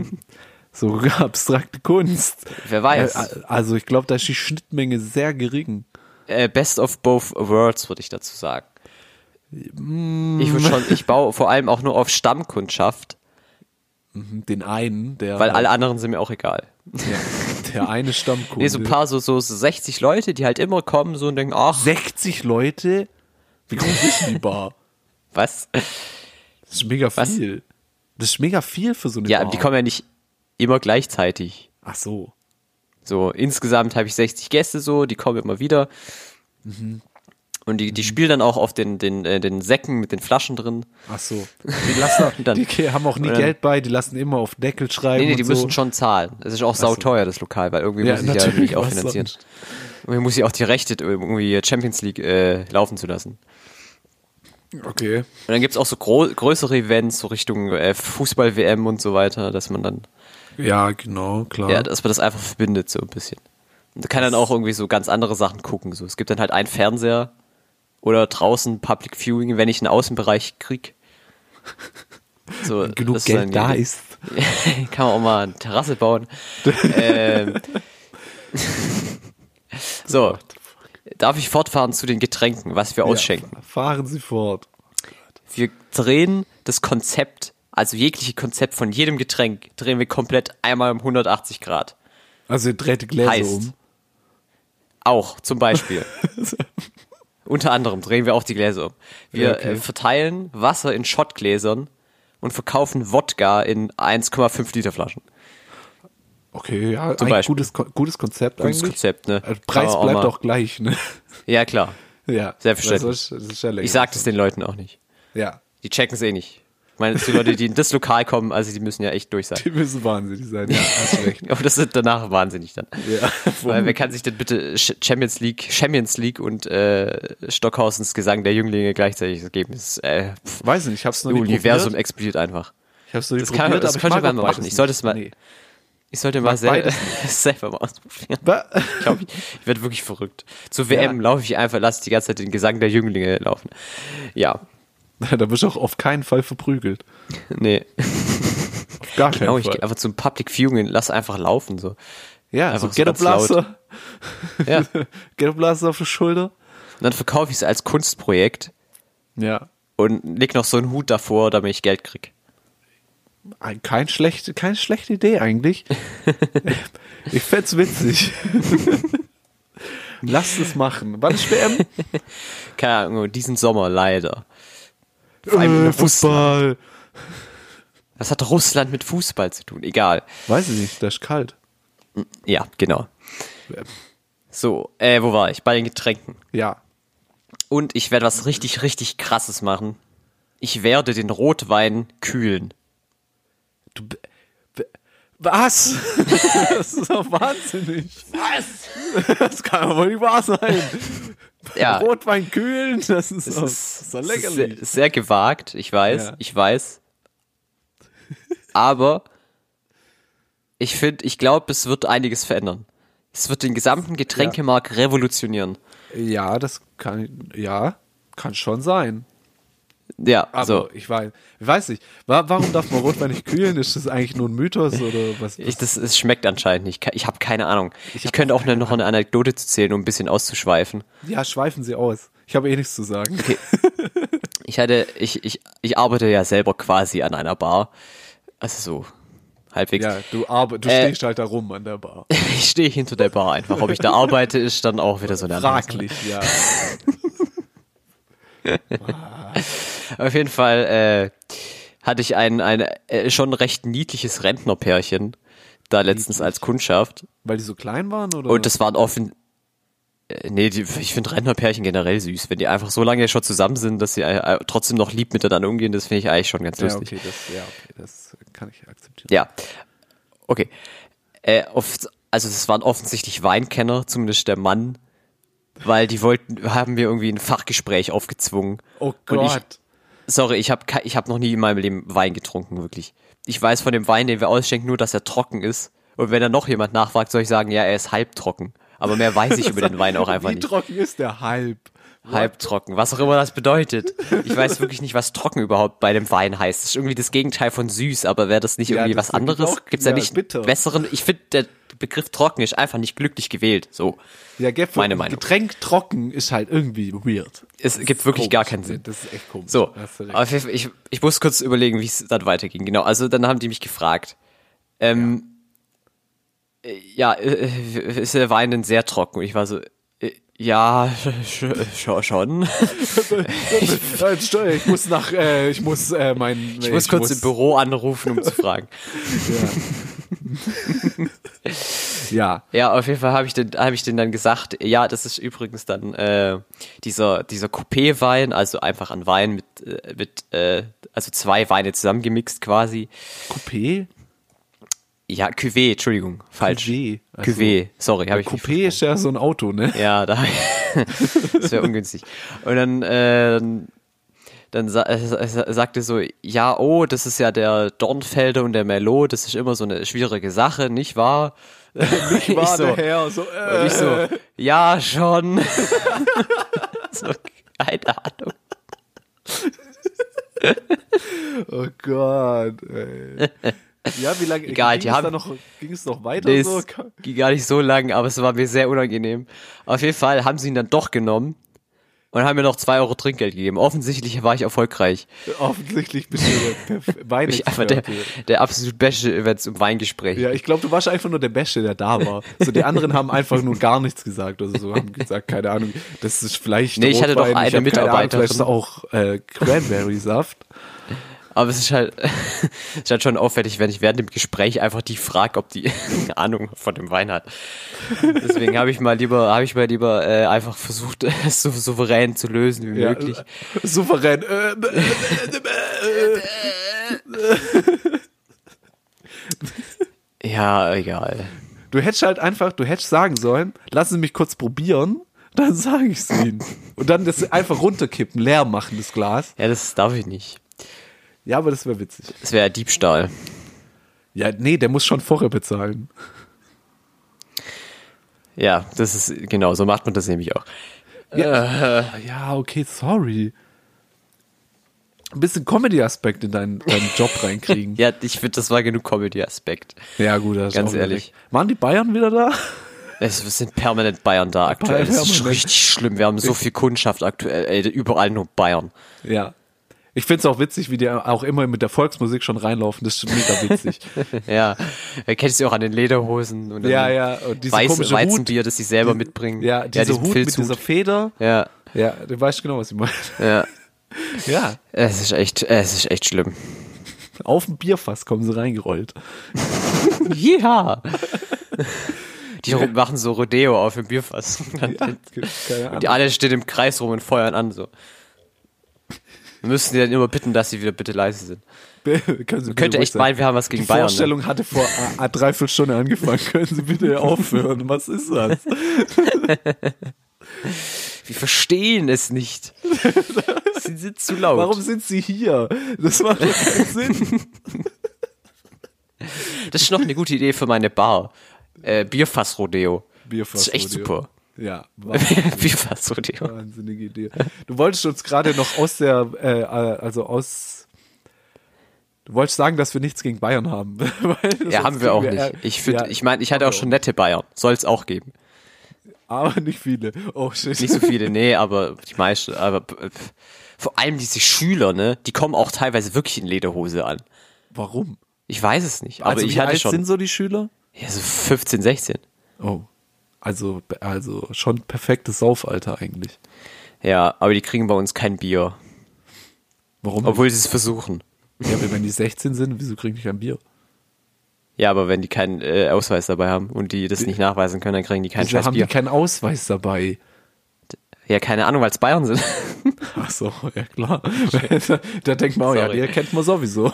B: So <laughs> abstrakte Kunst.
A: Wer weiß.
B: Äh, Also ich glaube, da ist die Schnittmenge sehr gering.
A: Äh, best of both worlds, würde ich dazu sagen. Ich würde schon, ich baue vor allem auch nur auf Stammkundschaft,
B: Den einen, der,
A: weil alle anderen sind mir auch egal.
B: der, der eine
A: <laughs>
B: Stammkunde.
A: Nee, so ein paar, so, so 60 Leute, die halt immer kommen so und denken, ach,
B: 60 Leute? Wie groß ist denn die Bar?
A: was?
B: Das ist mega viel. Das ist mega viel für so eine
A: Ja,
B: Bar.
A: die kommen ja nicht immer gleichzeitig.
B: Ach so.
A: So, insgesamt habe ich 60 Gäste so, die kommen immer wieder.
B: Mhm.
A: Und die, die spielen dann auch auf den, den, äh, den Säcken mit den Flaschen drin. <laughs>
B: Ach so. Die, lassen,
A: Dann-
B: die ke- haben auch nie
A: und dann-
B: Geld bei, die lassen immer auf Deckel schreiben.
A: Nee, nee, die
B: und so.
A: müssen schon zahlen. Es ist auch sauteuer, das Lokal, weil irgendwie
B: Ja,
A: muss ich ja
B: natürlich,
A: natürlich auch
B: was
A: finanzieren.
B: sonst?
A: Irgendwie muss ich auch die Rechte äh, irgendwie Champions League äh, laufen zu lassen.
B: Okay.
A: Und dann gibt's auch so gro größere Events, so Richtung äh, Fußball-WM und so weiter, dass man dann,
B: Ja, genau, klar.
A: ja, dass man das einfach verbindet, so ein bisschen. Und kann dann auch irgendwie so ganz andere Sachen gucken. So. Es gibt dann halt einen Fernseher oder draußen Public Viewing, wenn ich einen Außenbereich
B: <laughs>
A: krieg. So,
B: Genug
A: das
B: Geld
A: dann-
B: da ist.
A: <laughs> kann man auch mal eine Terrasse bauen.
B: <laughs>
A: ähm, so, darf ich fortfahren zu den Getränken, was wir ausschenken?
B: Ja, fahren Sie fort.
A: Wir drehen das Konzept, also jegliche Konzept von jedem Getränk, drehen wir komplett einmal um 180 Grad.
B: Also ihr dreht die Gläser
A: Heißt.
B: um. <laughs>
A: Auch, zum Beispiel. Unter anderem drehen wir auch die Gläser um. Wir
B: Ja, okay.
A: äh, verteilen Wasser in Schottgläsern und verkaufen Wodka in 1,5 Liter Flaschen.
B: Okay, ja, ein
A: Beispiel.
B: gutes, Ko- gutes Konzept
A: Gutes
B: eigentlich.
A: Konzept, ne?
B: Also
A: Kann
B: Preis
A: man auch
B: bleibt
A: mal-
B: auch gleich, ne? <laughs>
A: Ja, klar.
B: Ja.
A: Selbstverständlich.
B: Das ist, das ist ja länger.
A: Ich sag das den Leuten auch nicht.
B: Ja.
A: Die checken es eh nicht. Ich meine, die Leute, die in das Lokal kommen, also die müssen ja echt durch sein.
B: Die müssen wahnsinnig sein. Ja,
A: <laughs>
B: hast recht.
A: Aber das sind danach wahnsinnig dann.
B: Ja.
A: <laughs> Weil wer kann sich denn bitte Sch- Champions League, Champions League und äh, Stockhausens Gesang der Jünglinge gleichzeitig geben? Das äh, pff,
B: Weiß nicht, ich hab's noch nie
A: Universum
B: probiert.
A: explodiert einfach.
B: Ich hab's noch nie
A: Das kann-
B: probiert,
A: das
B: aber
A: könnte
B: ich mag
A: man
B: auch
A: machen.
B: beides
A: Ich sollte es mal-
B: nicht.
A: Ich sollte mal sel
B: beides
A: <laughs> selber mal ausprobieren.
B: <laughs> Ba-
A: Ich glaube, ich, ich werde wirklich verrückt. Zur WM laufe ich einfach, lasse die ganze Zeit den Gesang der Jünglinge laufen. Ja,
B: Nee. da wirst du auch auf keinen Fall verprügelt.
A: nee. <laughs>
B: Auf gar keinen
A: Genau, ich
B: Fall.
A: gehe einfach zum Public Viewing und lass einfach laufen. so.
B: ja, so
A: einfach so
B: Ghetto
A: ganz laut.
B: Blaster.
A: Ja.
B: <laughs> Ghetto Blaster auf der Schulter.
A: Und dann verkaufe ich es als Kunstprojekt
B: Ja.
A: und leg noch so einen Hut davor, damit ich Geld krieg.
B: Ein- Kein schlechte, keine schlechte
A: <laughs>
B: Idee eigentlich. ich fänd's witzig. Lasst es machen. Wann ist WM?
A: Keine Ahnung, diesen Sommer leider. Vor allem in
B: Äh,
A: Russland.
B: Fußball.
A: Was hat Russland mit Fußball zu tun? Egal.
B: Weiß ich nicht, da ist kalt.
A: Ja, genau. So, äh, wo war ich? Bei den Getränken.
B: Ja.
A: Und ich werde was richtig, richtig krasses machen. Ich werde den Rotwein kühlen.
B: Du, b- b- <laughs> was? das ist doch wahnsinnig. Was? Das kann aber nicht wahr sein.
A: Ja.
B: Rotwein kühlen, das ist, doch, das
A: Das
B: ist doch
A: ist sehr,
B: lächerlich.
A: sehr gewagt, ich weiß,
B: Ja.
A: ich weiß. Aber ich finde, ich glaube, es wird einiges verändern. Es wird den gesamten Getränkemarkt revolutionieren.
B: Ja, das kann, ja, kann schon sein.
A: Ja,
B: Aber
A: so.
B: ich weiß, ich weiß nicht, wa warum darf man Rotwein nicht kühlen? Ist das eigentlich nur ein Mythos oder was?
A: Ich, das, es schmeckt anscheinend nicht. Ich habe keine Ahnung. Ich,
B: hab
A: könnte auch eine, noch eine Anekdote zu zählen, um ein bisschen auszuschweifen.
B: Ja, schweifen Sie aus. Ich habe eh nichts zu sagen.
A: Ich hatte, ich, ich, ich arbeite ja selber quasi an einer Bar. Also so halbwegs.
B: Ja, du, arbe du
A: Äh.
B: stehst halt da rum an der Bar.
A: <laughs> Ich stehe hinter der Bar einfach. Ob ich da arbeite, ist dann auch wieder so eine andere Sache.
B: Fraglich, ja.
A: Auf jeden Fall äh, hatte ich ein, ein äh, schon recht niedliches Rentnerpärchen da letztens als Kundschaft.
B: Weil die so klein waren oder?
A: Und das waren offen. äh, Nee, die, ich finde Rentnerpärchen generell süß, wenn die einfach so lange schon zusammen sind, dass sie äh, äh, trotzdem noch lieb miteinander umgehen, das finde ich eigentlich schon ganz
B: ja,
A: lustig.
B: okay, das, ja, okay, das kann ich akzeptieren.
A: Ja. Okay. Äh, auf, also es waren offensichtlich Weinkenner, zumindest der Mann, weil die wollten, haben mir irgendwie ein Fachgespräch aufgezwungen.
B: Oh
A: Und ich,
B: Gott.
A: Sorry, ich habe ich hab noch nie in meinem Leben Wein getrunken, wirklich. Ich weiß von dem Wein, den wir ausschenken, nur, dass er trocken ist. Und wenn da noch jemand nachfragt, soll ich sagen, ja, er ist halbtrocken. Aber mehr weiß ich über den Wein auch einfach
B: Wie
A: nicht.
B: trocken ist der halb?
A: Halbtrocken, was auch immer das bedeutet. Ich
B: <laughs>
A: weiß wirklich nicht, was trocken überhaupt bei dem Wein heißt. Das ist irgendwie das Gegenteil von süß, aber wäre das nicht
B: Ja,
A: irgendwie was
B: das ist wirklich
A: anderes?
B: auch-
A: Gibt's da
B: ja,
A: nicht
B: bitter.
A: besseren? Ich finde, der Begriff trocken ist einfach nicht glücklich gewählt. So.
B: Ja, gell, für
A: Meine
B: ein
A: Meinung.
B: Getränk trocken ist halt irgendwie weird.
A: Es gibt wirklich
B: Komisch.
A: gar keinen Sinn.
B: Oh, Das ist echt komisch.
A: So,
B: Hast du recht.
A: <laughs> auf jeden Fall, ich, ich muss kurz überlegen, wie es dann weiterging. Genau, also dann haben die mich gefragt. Ähm, äh, ja, äh, äh, ist der Wein denn sehr trocken? Und Ich war so, äh, ja, <laughs> sch- sch- schon.
B: <laughs> Ja, jetzt steuer, ich muss nach, äh, ich muss äh, mein.
A: Ich muss kurz im Büro anrufen, um zu fragen.
B: Ja.
A: Ja, auf jeden Fall habe ich, den- hab ich denen dann gesagt, ja, das ist übrigens dann äh, dieser, dieser Coupé-Wein, also einfach ein Wein mit, äh, mit äh, also zwei Weine zusammengemixt quasi.
B: Coupé?
A: Ja, Cuvée, Entschuldigung, falsch.
B: Coupé. Ach so.
A: Cuvée, sorry, habe ich mich
B: Also, Coupé ist ja so ein Auto, ne? <laughs>
A: Ja, da, das wäre ungünstig. Und dann, äh, dann sa äh, sa- sagte so, ja, oh, das ist ja der Dornfelder und der Merlot, das ist immer so eine schwierige Sache, nicht wahr? Nicht <laughs>
B: War
A: so,
B: der Herr, so, äh,
A: ich so, ja, schon. <laughs> so, keine Ahnung.
B: Oh Gott, ey. Ja, wie lange
A: Egal, die
B: ging, es
A: haben-
B: da noch, ging es noch weiter
A: Das
B: so?
A: ging gar nicht so lang, aber es war mir sehr unangenehm. Auf jeden Fall haben sie ihn dann doch genommen und haben mir noch zwei Euro Trinkgeld gegeben. Offensichtlich war ich erfolgreich.
B: Offensichtlich bist du der
A: <laughs>
B: Perf-
A: Ich einfach der,
B: Weinexperte.
A: der absolut Beste, wenn es um Weingespräche
B: Ja, ich glaube, du warst einfach nur der Beste, der da war. So, die anderen haben einfach nur gar nichts gesagt. Also so haben gesagt, keine Ahnung, das ist vielleicht
A: Nee, ich hatte doch
B: Rotwein,
A: eine
B: ich hab keine Ahnung,
A: Mitarbeiterin.
B: vielleicht ist da auch äh,
A: <laughs>
B: Cranberry-Saft.
A: Aber es ist halt, <laughs> es ist halt schon auffällig, wenn ich während dem Gespräch einfach die frage, ob die <laughs> Ahnung von dem Wein hat. Deswegen habe ich mal lieber, habe ich mal lieber äh, einfach versucht, <laughs> es so souverän zu lösen wie
B: Ja,
A: möglich.
B: äh, Souverän. Äh,
A: Ja, egal.
B: Du hättest halt einfach, du hättest sagen sollen, lassen Sie mich kurz probieren, dann sage ich es Ihnen. Und dann das einfach runterkippen, leer machen, das Glas.
A: Ja, das darf ich nicht.
B: Ja, aber das wäre witzig.
A: Das wäre Diebstahl.
B: Ja, nee, der muss schon vorher bezahlen.
A: Ja, das ist genau, so macht man das nämlich auch.
B: Ah, <laughs> Ja, okay, sorry. Ein bisschen Comedy-Aspekt in deinen, deinen
A: <laughs>
B: Job reinkriegen.
A: Ja, ich finde, das war genug Comedy-Aspekt.
B: ja, gut, das ist
A: Ganz
B: auch wieder
A: ehrlich.
B: weg. Waren die Bayern wieder da? <laughs>
A: Es sind permanent Bayern da aktuell. Das ist
B: permanent.
A: richtig schlimm. Wir haben so viel Kundschaft aktuell. Ey, überall nur Bayern.
B: Ja. Ich find's auch witzig, wie die auch immer mit der Volksmusik schon reinlaufen. Das ist
A: <laughs>
B: mega witzig.
A: Ja, kennst du auch an den Lederhosen und
B: Ja,
A: dann
B: ja, und diese
A: weiß,
B: komische Hut.
A: Weizenbier, das sie selber mitbringen.
B: ja, diese
A: diesen
B: Hut mit
A: Filzhut.
B: dieser Feder.
A: ja,
B: Ja, du weißt genau, was ich meine.
A: ja.
B: Ja,
A: Es ist echt, es ist echt schlimm.
B: <laughs> auf dem Bierfass kommen sie reingerollt.
A: Ja. Die ru- machen so Rodeo auf dem Bierfass.
B: Ja, keine
A: Die alle stehen im Kreis rum und feuern an so. Wir müssen die dann immer bitten, dass sie wieder bitte leise sind.
B: Ahnung. <laughs> Können Sie
A: Könnte
B: bitte
A: echt
B: ruhig sein.
A: meinen, wir haben was gegen
B: Die
A: Bayern. ne?
B: Vorstellung hatte vor a- a- dreiviertel Stunde angefangen. <laughs> Können Sie bitte aufhören? Was ist das?
A: Wir verstehen es
B: <laughs>
A: nicht. sie sind zu laut.
B: Warum sind Sie hier? Das macht doch
A: <laughs>
B: keinen Sinn.
A: Das ist noch eine gute Idee für meine Bar. Äh,
B: <laughs>
A: Bierfass-Rodeo. Das ist echt super.
B: Ja,
A: Bierfass-Rodeo.
B: <laughs> wahnsinnige Idee. Du wolltest uns gerade noch aus der, äh, äh, also aus. Du wolltest sagen, dass wir nichts gegen Bayern haben. <laughs> Weil
A: Ja, haben
B: sonst
A: wir auch
B: kriegen
A: nicht.
B: Ärger.
A: Ich finde,
B: Ja,
A: ich meine, ich hatte auch schon nette Bayern. Soll es auch geben.
B: Aber nicht viele. Oh shit.
A: Nicht so viele, nee, aber die meisten. Aber äh, vor allem diese Schüler, ne? Die kommen auch teilweise wirklich in Lederhose an.
B: Warum? Also
A: Ich weiß es nicht. Aber ich hatte schon.
B: so die Schüler?
A: Ja, so 15, 16.
B: Oh. Also, also schon perfektes Saufalter eigentlich.
A: Ja, aber die kriegen bei uns kein Bier.
B: Warum?
A: Obwohl sie es versuchen.
B: ja, aber wenn die 16 sind, wieso kriegen die kein Bier?
A: Ja, aber wenn die keinen äh, Ausweis dabei haben und die das nicht nachweisen können, dann kriegen die kein
B: Wieso
A: scheiß
B: haben die
A: Bier.
B: keinen Ausweis dabei?
A: ja, keine Ahnung, weil es Bayern sind.
B: Ach so, ja klar. da, <laughs> da denkt man, oh ja,
A: Sorry.
B: die erkennt
A: <laughs>
B: man sowieso.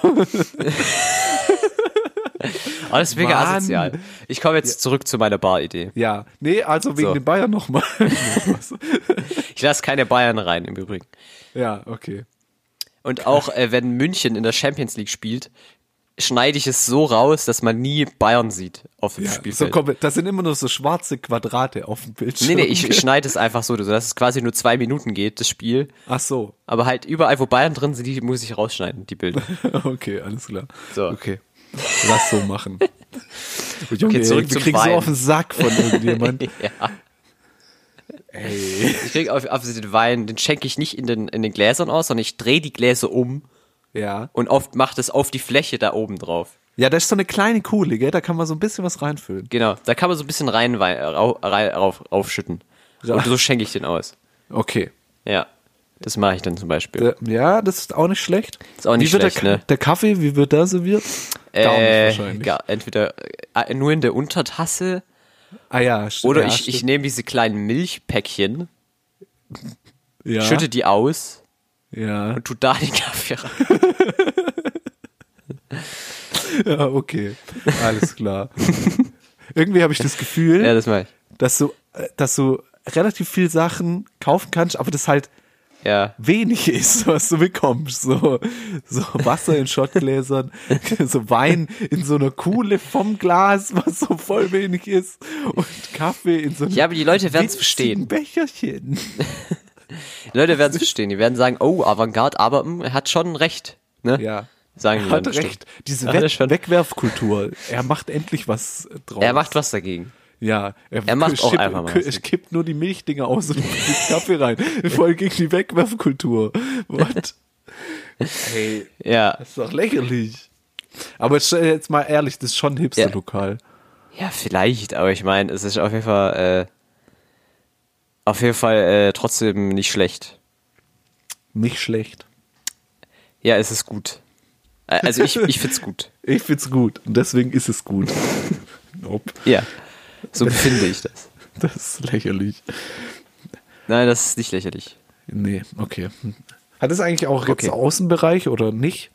A: Aber Oh, das ist mega
B: Mann.
A: asozial. Ich komme jetzt zurück zu meiner Bar-Idee.
B: Ja, nee, also wegen
A: So.
B: den
A: <laughs>
B: Bayern nochmal.
A: Ich lasse keine Bayern rein im Übrigen.
B: ja, okay.
A: Und auch äh, wenn München in der Champions League spielt, schneide ich es so raus, dass man nie Bayern sieht auf dem
B: Ja,
A: Spielfeld.
B: so komplett. Das sind immer nur so schwarze Quadrate auf dem Bildschirm.
A: Nee, nee, <laughs> ich, ich schneide es einfach so, sodass es quasi nur zwei Minuten geht, das Spiel.
B: <laughs> Ach so.
A: Aber halt überall, wo Bayern drin sind, die muss ich rausschneiden, die Bilder.
B: Okay, alles klar.
A: So.
B: Okay. Lass so
A: <laughs>
B: machen. Oh, Junge,
A: Okay, zurück
B: wir
A: zum
B: kriegen so
A: Wein.
B: auf den Sack von
A: <laughs>
B: irgendjemand.
A: ja.
B: Ey.
A: Ich krieg auf, auf den Wein, den schenke ich nicht in den, in den Gläsern aus, sondern ich drehe die Gläser um
B: Ja.
A: und oft macht es auf die Fläche da oben drauf.
B: Ja, das ist so eine kleine Kuhle, gell? Da kann man so ein bisschen was reinfüllen.
A: Genau, da kann man so ein bisschen rein, Wein, äh, rau, rein rauf, raufschütten. Und so schenke ich den aus.
B: Okay.
A: Ja, das mache ich dann zum Beispiel.
B: Äh, Ja, das ist auch nicht schlecht.
A: Ist auch nicht
B: wie wird
A: schlecht,
B: der, Ka-
A: ne?
B: der Kaffee, wie wird der serviert? Gar
A: Äh,
B: nicht wahrscheinlich.
A: gar, entweder äh, nur in der Untertasse
B: Ah ja, st-
A: oder
B: ja,
A: ich, ich
B: stimmt.
A: nehme diese kleinen Milchpäckchen,
B: ja,
A: schütte die aus
B: ja. <laughs>
A: und tu da den Kaffee rein.
B: ja, okay. Alles klar. Irgendwie habe ich das Gefühl,
A: Ja, das mache ich.
B: dass du, äh, dass du relativ viel Sachen kaufen kannst, aber das halt
A: Ja.
B: wenig ist, <laughs> was du bekommst. So, so Wasser in Schottgläsern, <laughs> so Wein in so einer Kuhle vom Glas, was so voll wenig ist, und Kaffee in so einem
A: Ja, aber die Leute werden es
B: winzigen
A: verstehen.
B: Becherchen.
A: Ne, Die Leute <laughs> werden es verstehen. Die werden sagen, oh, Avantgarde, aber hm, er hat schon recht. Ne?
B: Ja.
A: Sagen die
B: Er hat
A: dann bestimmt.
B: recht. Diese
A: Hat er
B: Weg
A: schon.
B: Wegwerfkultur. Er macht endlich was drauf.
A: Er macht was dagegen.
B: Ja,
A: Er macht auch
B: schippt-
A: einfach mal was.
B: Er kippt nur die Milchdinger aus und gibt Kaffee rein. <laughs> Voll gegen die Wegwerfkultur. What? Hey,
A: Ja.
B: ist doch lächerlich. Aber jetzt, äh, jetzt mal ehrlich, das ist schon ein Hipster-Lokal.
A: Ja, vielleicht, aber ich meine, es ist auf jeden Fall, äh, auf jeden Fall äh, trotzdem nicht schlecht.
B: Nicht schlecht.
A: Ja, es ist gut. Äh, Also ich, ich find's gut.
B: Ich find's gut und deswegen ist es gut. <laughs> nope.
A: <laughs> Ja. So befinde ich das.
B: Das ist lächerlich.
A: Nein, das ist nicht lächerlich.
B: Nee, okay. Hat es eigentlich auch jetzt
A: Okay.
B: Außenbereich oder nicht?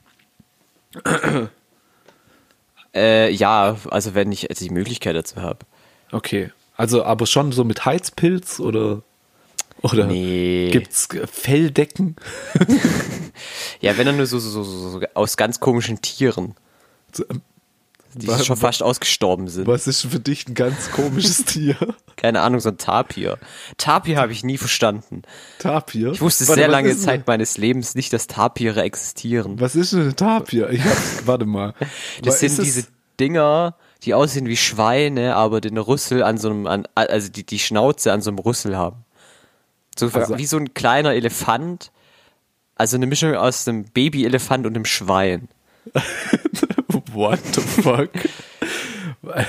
A: Äh, ja, also wenn ich die Möglichkeit dazu habe.
B: Okay. Also, aber schon so mit Heizpilz oder. Oder
A: Nee.
B: gibt's Felldecken?
A: Ja, wenn dann nur so, so, so, so, so aus ganz komischen Tieren,
B: So, ähm,
A: die
B: Wa-
A: schon fast ausgestorben sind.
B: Was ist für dich ein ganz <laughs> komisches Tier?
A: Keine Ahnung, so ein Tapir. Tapir habe ich nie verstanden.
B: Tapir?
A: Ich wusste
B: Warte,
A: sehr
B: was
A: lange
B: ist denn-
A: Zeit meines Lebens nicht, dass Tapire existieren.
B: Was ist denn eine Tapir? Ich hab, warte <laughs> mal.
A: Das
B: Wa- ist
A: sind diese Dinger, die aussehen wie Schweine, aber den Rüssel an so einem, an, also die, die Schnauze an so einem Rüssel haben. So
B: Also-
A: wie so ein kleiner Elefant. Also eine Mischung aus einem Babyelefant und einem Schwein.
B: <laughs> What the fuck?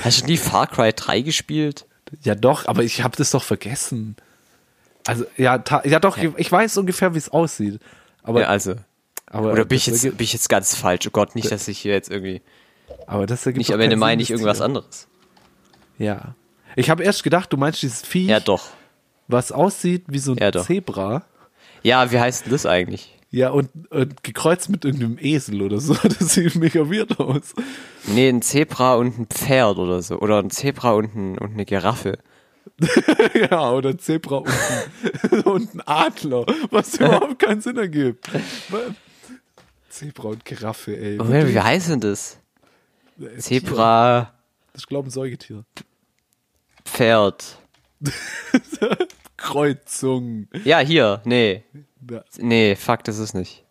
A: Hast du nie Far Cry 3 gespielt?
B: Ja, doch, aber ich habe das doch vergessen. Also, ja, ta- ja doch, ich- ich weiß ungefähr, wie es aussieht. Aber,
A: Ja, also.
B: aber
A: Oder bin ich,
B: das
A: jetzt,
B: ergibt-
A: bin ich jetzt ganz falsch? Oh Gott, nicht, dass ich hier jetzt irgendwie.
B: aber das ergibt
A: Nicht
B: doch
A: am Ende
B: keinen
A: meine
B: Sinn,
A: ich
B: das
A: irgendwas
B: Tier.
A: anderes.
B: Ja. Ich habe erst gedacht, du meinst dieses Vieh,
A: Ja, doch.
B: was aussieht wie so ein
A: Ja, doch.
B: Zebra.
A: Ja, wie heißt denn das eigentlich?
B: Ja, und, und gekreuzt mit irgendeinem Esel oder so. <laughs> Das sieht mega weird aus.
A: Nee, ein Zebra und ein Pferd oder so. Oder ein Zebra und, ein, und eine Giraffe.
B: Ja, oder ein Zebra und ein, <laughs> und ein Adler, was überhaupt keinen Sinn ergibt. Zebra und Giraffe, ey.
A: Moment, wie heißt denn das?
B: Äh, Tier.
A: Oh, Zebra,
B: Ich glaube, ein Säugetier.
A: Pferd.
B: Kreuzung.
A: Ja, hier. Nee.
B: Ja.
A: Nee, fuck, das ist nicht.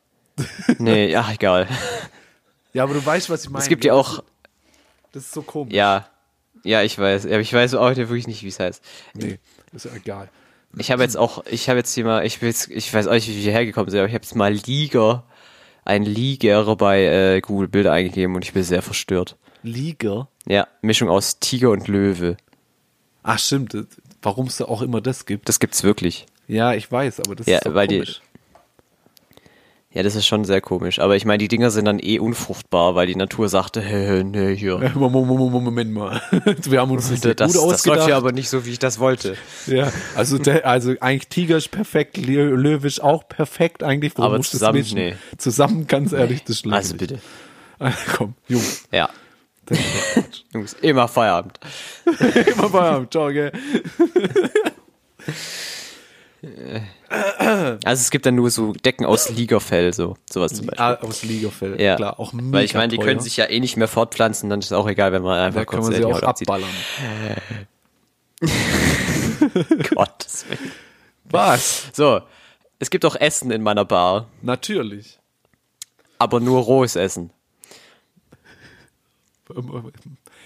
A: Nee, ach, <laughs> egal.
B: Ja, aber du weißt, was ich meine.
A: Es gibt ja auch,
B: Das ist so komisch.
A: ja. Ja, ich weiß. Ja, ich weiß auch wirklich nicht, wie es heißt.
B: Nee, ist ja egal.
A: Ich habe jetzt auch, ich habe jetzt hier mal, ich, will jetzt, ich weiß auch nicht, wie wir hergekommen sind, aber ich habe jetzt mal Liger, ein Liger bei äh, Google Bilder eingegeben und ich bin sehr verstört.
B: Liga.
A: Ja, Mischung aus Tiger und Löwe.
B: Ach, Ah, stimmt. das- Warum es da auch immer das gibt.
A: Das gibt's wirklich.
B: Ja, ich weiß, aber das
A: Ja,
B: ist so
A: weil die-
B: komisch. <laughs>
A: Ja, das ist schon sehr komisch. Aber ich meine, die Dinger sind dann eh unfruchtbar, weil die Natur sagte, <laughs> hä, hä, nee, hier.
B: Moment, Moment, Moment mal. <laughs> Wir haben uns das,
A: Das,
B: gut
A: das
B: ausgedacht.
A: läuft ja aber nicht so, wie ich das wollte.
B: Ja, also, der, also eigentlich Tiger ist perfekt, Lö- Löwe ist auch perfekt eigentlich. Warum
A: Aber
B: musst du das
A: zusammen,
B: mischen?
A: nee.
B: Zusammen, ganz ehrlich, das ist
A: Also
B: lächerlich.
A: bitte.
B: Ah, Komm, Junge.
A: Ja.
B: Das ist doch Quatsch.
A: Jungs, immer Feierabend.
B: Immer Feierabend, ciao, gell.
A: Also es gibt dann nur so Decken aus Ligafell, so sowas zum Beispiel.
B: Ah, aus Ligafell,
A: Ja.
B: klar. Auch mega
A: Weil ich meine, die
B: teuer.
A: können sich ja eh nicht mehr fortpflanzen, dann ist es auch egal, wenn man einfach
B: da kann
A: kurz
B: man
A: äh,
B: sie
A: die
B: auch
A: Haut abzieht.
B: abballern.
A: <laughs> Gott.
B: Was?
A: So, es gibt auch Essen in meiner Bar,
B: Natürlich.
A: aber nur rohes Essen.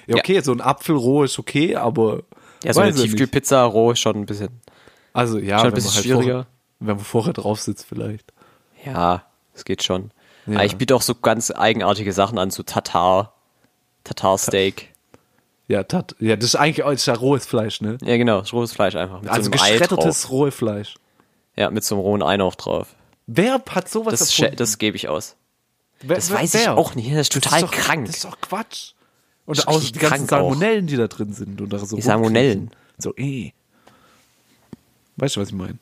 B: Ja, okay, so ein Apfel roh ist okay, aber.
A: Ja, so
B: weiß
A: eine
B: ich nicht.
A: Tiefkühlpizza roh ist schon ein bisschen.
B: Also, ja,
A: Schon ein
B: wenn
A: bisschen
B: man halt
A: schwieriger.
B: Vorher, wenn man vorher drauf sitzt, vielleicht.
A: Ja, es geht schon.
B: Ja.
A: Aber ich biete auch so ganz eigenartige Sachen an, so Tatar, Tatar-Steak.
B: Ja, tat, ja, das ist eigentlich oh, das ist ja rohes Fleisch, ne?
A: Ja, genau, das rohes Fleisch einfach. Mit so
B: Also
A: einem Ei drauf.
B: geschreddertes rohes Fleisch.
A: Ja, mit so einem rohen Ei noch drauf.
B: Wer hat sowas
A: Das, schä-
B: erfunden?
A: das gebe ich aus.
B: Wer-
A: Das
B: wer-
A: weiß ich
B: wer?
A: auch nicht. Das ist total
B: doch,
A: krank.
B: Das ist doch Quatsch. Und
A: ist
B: auch
A: richtig
B: die ganzen
A: krank auch.
B: Salmonellen, die da drin sind. Und da so die
A: Salmonellen.
B: So, eh. Weißt du, was ich meine?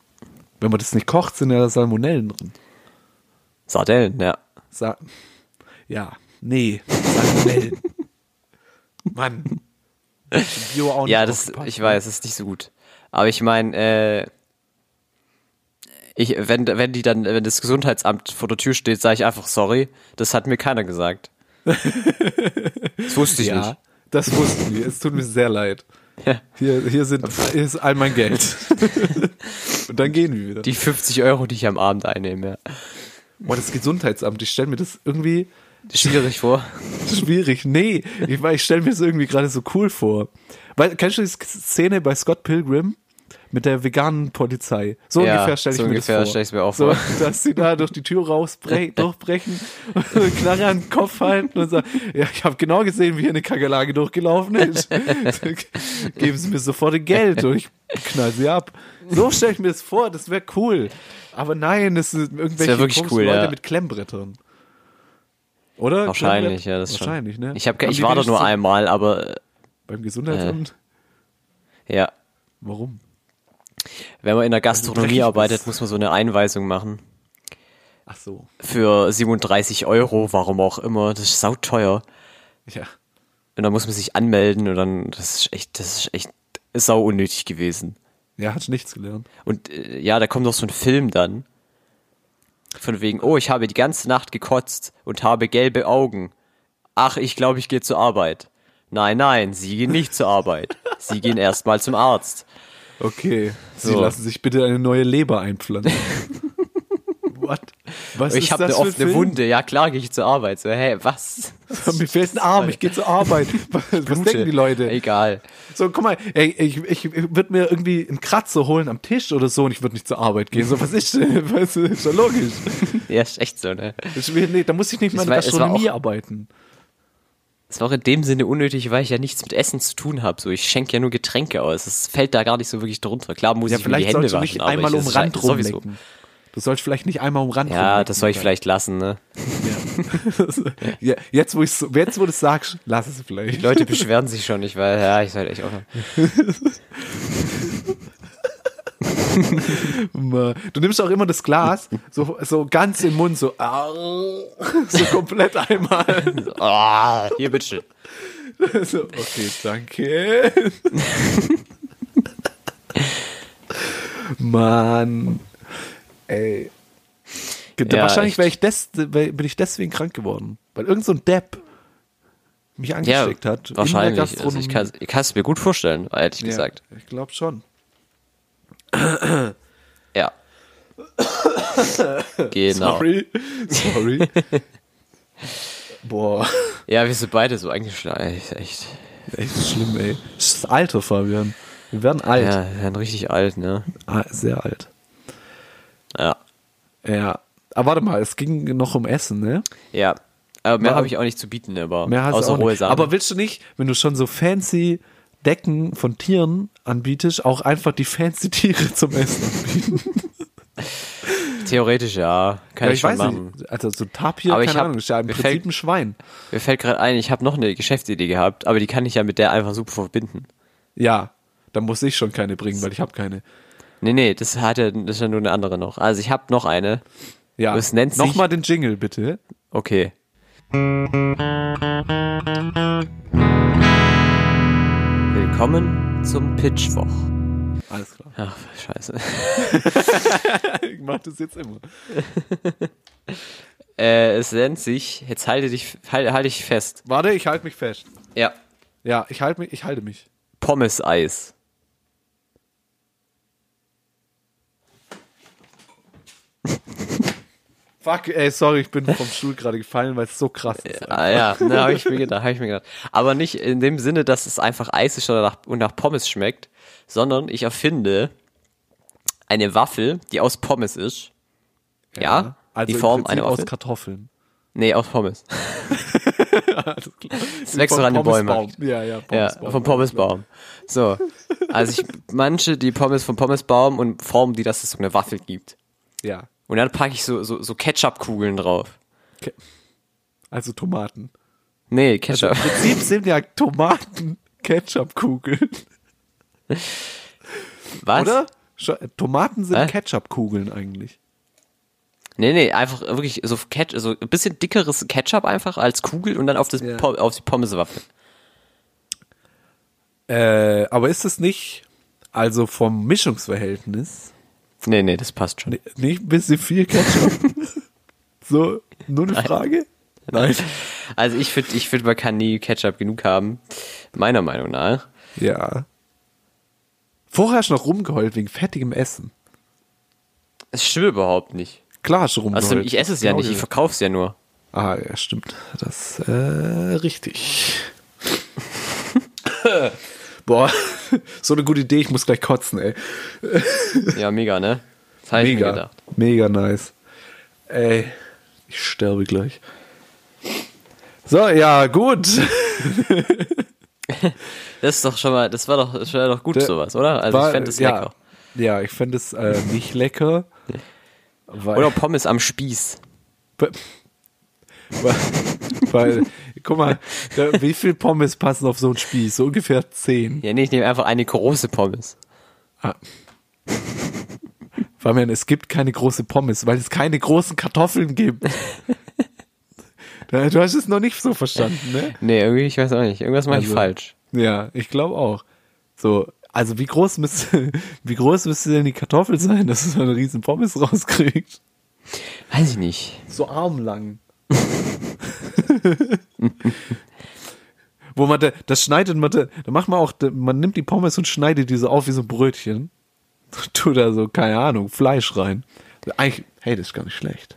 B: Wenn man das nicht kocht, sind ja da Salmonellen drin.
A: Sardellen, ja.
B: Sa ja, nee,
A: <laughs>
B: Salmonellen. Mann. Bio auch nicht
A: Ja, das,
B: aufgepasst.
A: ich weiß, das ist nicht so gut. Aber ich meine, äh, ich, wenn, wenn die dann, wenn das Gesundheitsamt vor der Tür steht, sage ich einfach sorry, das hat mir keiner
B: <laughs>
A: gesagt. das wusste ich
B: Ja,
A: nicht.
B: das wussten wir. Es tut mir sehr leid.
A: Ja.
B: Hier,
A: <laughs>
B: hier, sind, hier ist all mein Geld. Und dann gehen wir wieder.
A: Die 50 Euro, die ich am Abend einnehme, ja.
B: Boah, das Gesundheitsamt, ich stelle mir das irgendwie
A: Schwierig vor.
B: schwierig. Nee, ich, mein, ich stelle mir das irgendwie gerade so cool vor. Weil, kennst du die Szene bei Scott Pilgrim mit der veganen Polizei? So
A: Ja,
B: ungefähr stelle ich
A: so
B: mir
A: ungefähr
B: das vor.
A: stell ich's mir auch
B: so,
A: vor.
B: <laughs> Dass sie da durch die
A: <laughs>
B: Tür rausbre durchbrechen <laughs> und eine Knarre an den Kopf halten und sagen, ja, ich habe genau gesehen, wie hier eine Kakerlake
A: <laughs>
B: durchgelaufen ist. Geben sie mir sofort ihr Geld und ich knall sie ab. So stelle ich mir das vor, das wäre cool. Aber nein, das sind irgendwelche
A: wirklich
B: komischen
A: cool,
B: Leute
A: ja.
B: mit Klemmbrettern.
A: <laughs>
B: Oder?
A: Wahrscheinlich,
B: Klemmbrett?
A: ja, das
B: Wahrscheinlich,
A: schon.
B: ne?
A: Ich, hab,
B: Haben
A: ich
B: die
A: war da
B: wenigstens
A: nur Äh. einmal, aber äh,
B: Beim Gesundheitsamt?
A: ja.
B: Warum?
A: Wenn man in der
B: dreckig
A: Gastronomie
B: bist.
A: arbeitet, muss man so eine Einweisung machen.
B: Ach so.
A: Für 37 Euro, warum auch immer. Das ist sauteuer.
B: Ja.
A: Und dann muss man sich anmelden und dann, das ist echt, das ist echt sau unnötig gewesen.
B: Ja, hat nichts gelernt.
A: Und äh, ja, da kommt noch so ein Film dann. Von wegen, oh, ich habe die ganze Nacht gekotzt und habe gelbe Augen. Ach, ich glaube, ich gehe zur Arbeit. Nein, nein, Sie gehen nicht zur Arbeit. Sie gehen erstmal zum Arzt.
B: Okay. Sie
A: So.
B: lassen sich bitte eine neue
A: <laughs>
B: Leber einpflanzen. What? Was
A: Ich
B: ist
A: habe eine
B: das für ein
A: offene
B: Film?
A: Wunde. Ja, klar gehe ich zur Arbeit. So, hey, was?
B: Mir fehlt ein Arm, ich gehe
A: <laughs>
B: zur Arbeit. Was, was denken die Leute?
A: Egal.
B: So, guck mal, ey, ich, ich, ich würde mir irgendwie einen Kratzer holen am Tisch oder so und ich würde nicht zur Arbeit gehen. So, was ist denn? <laughs> Weißt du, ist ja logisch.
A: Ja, ist echt so, ne?
B: Ich will, nee, da muss ich nicht mal in der
A: war- es war
B: Gastronomie
A: auch-
B: arbeiten.
A: Es war auch in dem Sinne unnötig, weil ich ja nichts mit Essen zu tun habe. So, ich schenke ja nur Getränke aus. Es fällt da gar nicht so wirklich drunter. Klar muss
B: Ja,
A: ich mir um die
B: vielleicht
A: Hände
B: sollst du
A: waschen,
B: nicht
A: aber
B: einmal
A: ich,
B: um
A: das ist
B: Rand
A: sowieso.
B: rumlecken. Du sollst vielleicht nicht einmal um Rand
A: Ja,
B: rumlecken,
A: das soll ich
B: Alter.
A: vielleicht lassen, ne?
B: ja, <laughs> jetzt, wo ich's, jetzt, wo du es sagst, lass es vielleicht.
A: Die Leute beschweren sich schon, ich weiß, ja, ich soll echt auch.
B: Du nimmst auch immer das Glas so, so ganz in den Mund, so, <laughs> au, so komplett einmal.
A: Ah, hier bitte.
B: So, okay, danke. <laughs> Mann. Ey. Ge-
A: Ja,
B: Wahrscheinlich
A: echt.
B: wär ich des, wär, bin ich deswegen krank geworden. Weil irgend so ein Depp mich
A: Ja,
B: angesteckt hat. in der
A: wahrscheinlich. Also ich
B: Gastronomie.
A: kann es mir gut vorstellen, ehrlich
B: Ja,
A: gesagt.
B: Ich glaube schon.
A: <laughs> Ja. genau. <laughs>
B: Sorry. Sorry.
A: <laughs>
B: Boah.
A: Ja, wir sind beide so eingeschlagen. Echt.
B: Echt schlimm, ey. Das ist das Alter, Fabian. Wir werden alt.
A: Ja, wir werden richtig alt, ne?
B: Ah, sehr alt.
A: Ja.
B: Ja. Aber warte mal, es ging noch um Essen, ne?
A: Ja. Aber mehr
B: Aber-
A: habe ich auch nicht zu bieten, aber
B: Mehr hast du
A: außer
B: auch
A: rohe
B: nicht.
A: Sachen.
B: Aber willst du nicht, wenn du schon so fancy Decken von Tieren anbietest, auch einfach die fancy <laughs> Tiere zum Essen anbieten?
A: Theoretisch ja, kann
B: Ja,
A: ich, schon machen.
B: nicht. Also so Tapir,
A: Aber
B: keine
A: ich hab-
B: Ahnung, ist ja im
A: mir
B: Prinzip
A: fällt-
B: ein Schwein.
A: Mir fällt gerade ein, ich habe noch eine Geschäftsidee gehabt, aber die kann ich ja mit der einfach super verbinden.
B: Ja, da muss ich schon keine bringen, weil ich habe keine.
A: Nee, nee, das hat ja, das ist ja nur eine andere noch. Also ich habe noch eine.
B: Ja,
A: Es nennt sich-
B: nochmal den Jingle bitte.
A: Okay. Willkommen zum Pitchwoch. <laughs>
B: alles klar.
A: Ach, scheiße.
B: Ich mach das jetzt immer.
A: Äh, es nennt sich, jetzt halte dich, halte halt dich fest.
B: Warte, ich halte mich fest.
A: Ja.
B: Ja, ich halte mich, ich halte mich.
A: Pommes-Eis.
B: Fuck, ey, sorry, ich bin
A: <laughs>
B: vom Stuhl gerade gefallen, weil es so krass ist.
A: Ah, ja, ne, habe ich mir gedacht, habe ich mir gedacht. Aber nicht in dem Sinne, dass es einfach Eis ist oder nach, und nach Pommes schmeckt, sondern ich erfinde eine Waffel, die aus Pommes ist. Ja,
B: Also
A: die
B: im
A: Form
B: Prinzip
A: einer Waffel.
B: aus Kartoffeln.
A: nee, aus Pommes.
B: Alles klar.
A: Es wächst doch an den Bäumen.
B: Ja, ja,
A: Ja,
B: Pommesbaum.
A: vom Pommesbaum. So. Also ich manche die Pommes vom Pommesbaum und formen die, dass es so eine Waffel gibt.
B: Ja.
A: Und dann packe ich so, so, so Ketchup-Kugeln drauf.
B: Okay. Also Tomaten.
A: Nee, Ketchup.
B: Im Prinzip sind ja Tomaten Ketchupkugeln,
A: Was?
B: Also,
A: <laughs>
B: oder? Sch- Tomaten sind
A: Hä?
B: Ketchupkugeln eigentlich.
A: Nee, nee, einfach wirklich so, Ketchup, so ein bisschen dickeres Ketchup einfach als Kugel und dann auf, das
B: Ja.
A: Pom- auf die Pommeswaffel.
B: Äh, aber ist es nicht, also vom Mischungsverhältnis,
A: Nee, nee, das passt schon.
B: ni- nicht ein bisschen viel
A: <laughs>
B: Ketchup? so, nur eine Frage? Nein.
A: Also ich finde, ich find, man kann nie Ketchup genug haben. Meiner Meinung nach.
B: Ja. Vorher hast du noch rumgeheult wegen fettigem Essen.
A: Es stimmt überhaupt nicht.
B: Klar hast du rumgeheult.
A: Also ich esse es ja
B: Genau
A: nicht, ich
B: gesagt.
A: verkaufe es ja nur.
B: Ah, ja, stimmt. Das
A: <laughs>
B: äh, richtig. Boah, <laughs> so eine gute Idee, ich muss gleich kotzen, ey.
A: Ja, mega, ne? Das habe ich mir
B: Mega.
A: gedacht.
B: Mega nice. Ey, ich sterbe gleich. So, ja, gut.
A: Das ist doch schon mal, das war doch, das war doch gut sowas, oder? Also ich
B: War-
A: fände es
B: ja,
A: lecker.
B: Ja, ich fände es äh, nicht lecker. Weil,
A: Oder Pommes am Spieß.
B: <laughs> weil, weil, guck mal, da, wie viel Pommes passen auf so einen Spieß? So ungefähr 10.
A: Ja, nee, ich nehme einfach eine große Pommes.
B: Weil man, Ah. es gibt keine große Pommes, weil es keine großen Kartoffeln <laughs> gibt. Du hast es noch nicht so verstanden, ne?
A: Nee, irgendwie, ich weiß auch nicht. Irgendwas mache ich
B: Also-
A: falsch.
B: Ja, ich glaube auch. So, also wie groß müsste, <laughs> wie groß müsste denn die Kartoffel sein, dass es so eine riesen Pommes rauskriegt?
A: Weiß ich nicht.
B: So armlang. <laughs> Wo man da, das schneidet man, da, da macht man auch, da, man nimmt die Pommes und schneidet die so auf wie so ein Brötchen. <laughs> Tut da so, keine Ahnung, Fleisch rein. Eigentlich, hey, das ist gar nicht schlecht.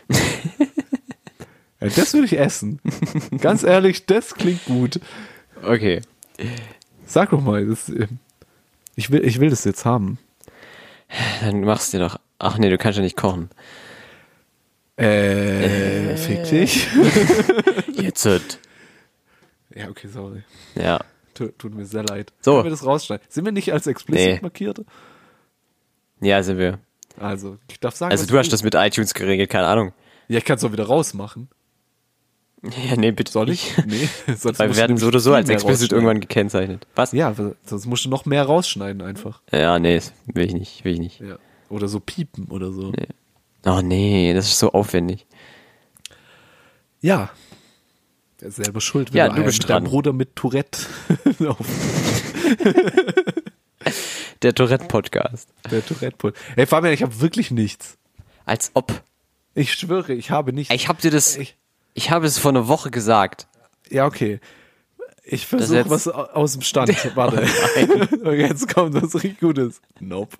B: Ja, das würde ich essen. Ganz ehrlich, das klingt gut.
A: Okay.
B: Sag doch mal, das, äh, ich, will, ich will das jetzt haben.
A: Dann machst du dir doch. Ach nee, du kannst ja nicht kochen.
B: Äh, fick dich. <laughs>
A: Jetzt. wird-
B: Ja, okay, sorry.
A: Ja.
B: Tu- Tut mir sehr leid.
A: So.
B: Können wir das rausschneiden? Sind wir nicht als explizit
A: Nee.
B: markiert?
A: Ja, sind wir.
B: Also, ich darf sagen.
A: Also
B: was
A: du
B: ich
A: hast
B: will.
A: das mit iTunes geregelt, keine Ahnung.
B: Ja, ich kann es auch wieder rausmachen.
A: Ja, nee, bitte.
B: Soll ich? <laughs> Nee. Sonst
A: Weil wir
B: musst
A: werden
B: du
A: so oder so
B: viel
A: als
B: mehr
A: explizit
B: rausschneiden.
A: irgendwann gekennzeichnet. Was? Ja,
B: Ja, weil- sonst musst du noch mehr rausschneiden einfach.
A: nee, das will ich nicht, will ich nicht.
B: Ja. Oder so piepen oder so.
A: Oh nee, das ist so aufwendig.
B: Ja. Der ist selber schuld, wenn
A: Ja,
B: du,
A: du
B: einem,
A: bist
B: deinem
A: dran.
B: Bruder mit Tourette <laughs> auf
A: Der Tourette-Podcast.
B: der Tourette-Pult. Ey, Fabian, ich habe wirklich nichts.
A: Als ob.
B: Ich schwöre, ich habe nichts.
A: Ich hab dir das,
B: Ich-
A: ich habe es vor einer Woche gesagt.
B: Ja, okay. Ich
A: Das
B: versuche
A: jetzt-
B: was au- aus dem Stand. Warte. <laughs> Jetzt kommt was richtig Gutes. Nope.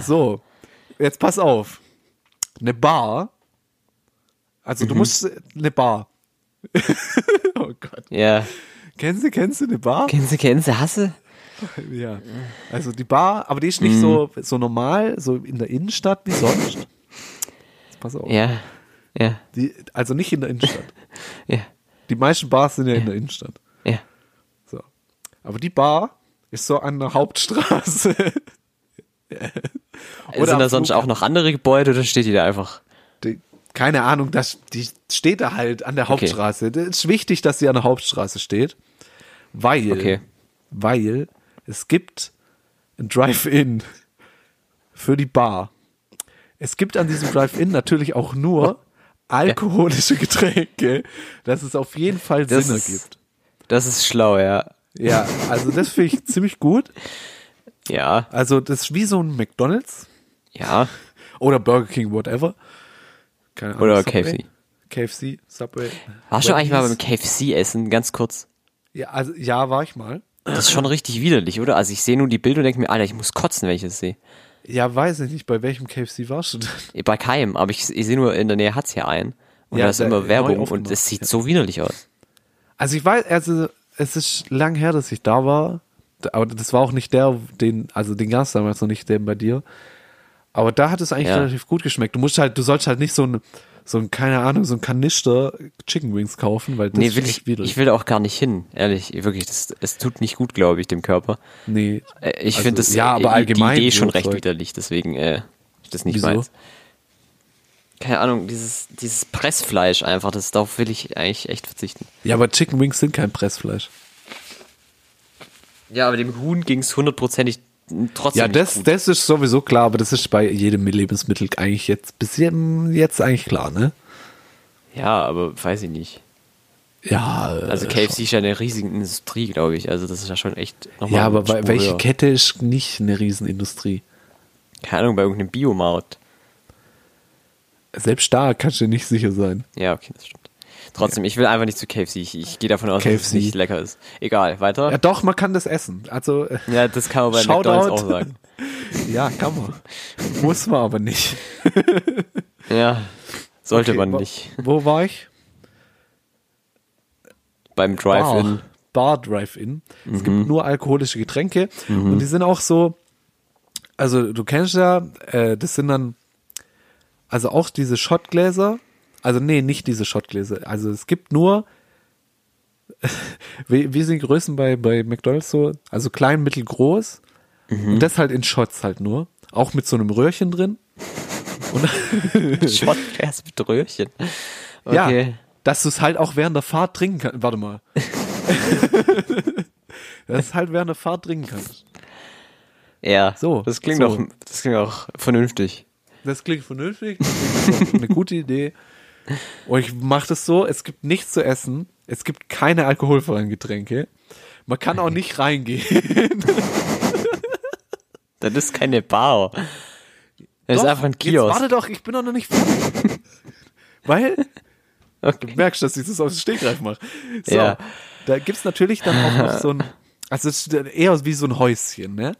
B: so, jetzt pass auf. Eine Bar. Also du musst eine Bar. oh Gott.
A: Ja.
B: Kennst du, kennst du eine Bar?
A: Kennst du, kennst du, hasse?
B: Ja. Also die Bar, aber die ist nicht so, so normal, so in der Innenstadt wie sonst. Jetzt pass auf.
A: Ja. Ja.
B: Die, also nicht in der Innenstadt.
A: Ja.
B: Die meisten Bars sind ja. in der Innenstadt.
A: Ja.
B: So. Aber die Bar ist so an der Hauptstraße. Oder
A: Sind da
B: am
A: sonst auch noch andere Gebäude oder steht die da einfach?
B: <laughs> Die, keine Ahnung, das, die steht da halt an der Hauptstraße. Das ist wichtig, dass sie an der Hauptstraße steht, weil,
A: Okay.
B: weil es gibt ein Drive-In für die Bar. Es gibt an diesem Drive-In natürlich auch nur alkoholische Getränke, dass es auf jeden Fall
A: Das
B: Sinn
A: ist-
B: ergibt.
A: Das ist schlau, ja.
B: Ja, also das finde ich ziemlich gut.
A: Ja,
B: Also das ist wie so ein McDonald's
A: ja.
B: oder Burger King, whatever. Keine Ahnung,
A: Oder
B: Subway. KFC, Subway.
A: Warst du eigentlich mal beim
B: Wendy's.
A: KFC essen, ganz kurz?
B: Ja, also, ja, war ich mal.
A: Das ist schon richtig widerlich, oder? Also ich sehe nur die Bilder und denke mir, Alter, ich muss kotzen, wenn ich das sehe. Äh,
B: Ja, weiß ich nicht, bei welchem KFC warst du denn? <laughs>
A: Bei keinem, aber ich, ich sehe nur, in der Nähe hat's hier einen. Und
B: Ja,
A: da ist
B: der-
A: immer
B: neu
A: Werbung und
B: aufgemacht,
A: es sieht so widerlich aus.
B: Also ich weiß, also es ist lang her, dass ich da war. Aber das war auch nicht der, den, also den gab es damals noch nicht, der bei dir. Aber da hat es eigentlich
A: Ja.
B: relativ gut geschmeckt. Du musst halt, du sollst halt nicht so ein, so ein, keine Ahnung, so ein Kanister Chicken Wings kaufen, weil das
A: Nee,
B: ist
A: will
B: echt
A: ich,
B: widerlich.
A: ich will da auch gar nicht hin, ehrlich. Wirklich, das, es tut nicht gut, glaube ich, dem Körper.
B: nee.
A: Äh, Ich
B: Also,
A: finde das
B: ja,
A: äh,
B: aber
A: die-
B: allgemein
A: die Idee schon
B: so
A: recht
B: Zeug.
A: widerlich, deswegen äh, ist das nicht
B: Wieso?
A: meins. Keine Ahnung, dieses, dieses Pressfleisch einfach, das darauf will ich eigentlich echt verzichten.
B: Ja, aber Chicken Wings sind kein Pressfleisch.
A: Ja, aber dem Huhn ging's hundertprozentig trotzdem.
B: Ja, das,
A: nicht gut.
B: das ist sowieso klar, aber das ist bei jedem Lebensmittel eigentlich jetzt, bis jetzt eigentlich klar, ne?
A: ja, aber weiß ich nicht.
B: Ja. äh,
A: Also KFC ist ja eine riesige Industrie, glaube ich. Also das ist ja schon echt nochmal.
B: Ja,
A: eine
B: aber
A: Spur
B: wel- welche
A: höher.
B: Kette ist nicht eine Riesenindustrie?
A: Keine Ahnung, bei irgendeinem Biomarkt.
B: Selbst da kannst du nicht sicher sein.
A: Ja, okay, das stimmt. Trotzdem, ich will einfach nicht zu KFC. Ich, ich gehe davon aus, dass es
B: KFC.
A: nicht lecker ist. Egal, weiter.
B: Ja, doch, man kann das essen. Also, äh,
A: Ja, das kann man bei
B: Shoutout.
A: McDonalds auch sagen.
B: ja, kann
A: <laughs>
B: man. Muss man aber nicht.
A: Ja. Sollte
B: Okay,
A: man
B: wa-
A: nicht.
B: Wo war ich?
A: Beim Drive-In.
B: Bar Drive-In. Es gibt nur alkoholische Getränke und die sind auch so, also du kennst ja, äh, das sind dann, also auch diese Schottgläser, also nee, nicht diese Schottgläser, also es gibt nur, <laughs> wie, wie sind die Größen bei, bei McDonalds so, also klein, mittel, groß und das halt in Shots halt nur, auch mit so einem Röhrchen drin.
A: <laughs>
B: Und
A: Schottglas mit Röhrchen.
B: <laughs> ja,
A: Okay.
B: dass du es halt auch während der Fahrt trinken kannst.
A: <laughs>
B: Warte mal. dass du halt während der Fahrt trinken kannst.
A: Ja. ja.
B: So,
A: Das klingt
B: so.
A: doch, das klingt auch vernünftig.
B: Das klingt vernünftig, das klingt doch eine gute Idee. Und ich mache das so, es gibt nichts zu essen, es gibt keine alkoholfreien Getränke. Man kann auch nicht reingehen.
A: Das ist keine Bar. Das ist
B: Doch,
A: einfach ein
B: Jetzt
A: Kiosk.
B: warte doch, ich bin doch noch nicht fertig.
A: <laughs>
B: Weil
A: Okay.
B: du merkst, dass ich das aus dem Stegreif mache. So,
A: Ja.
B: da gibt's natürlich dann auch noch
A: <laughs>
B: so ein, also es ist eher wie so ein Häuschen, ne?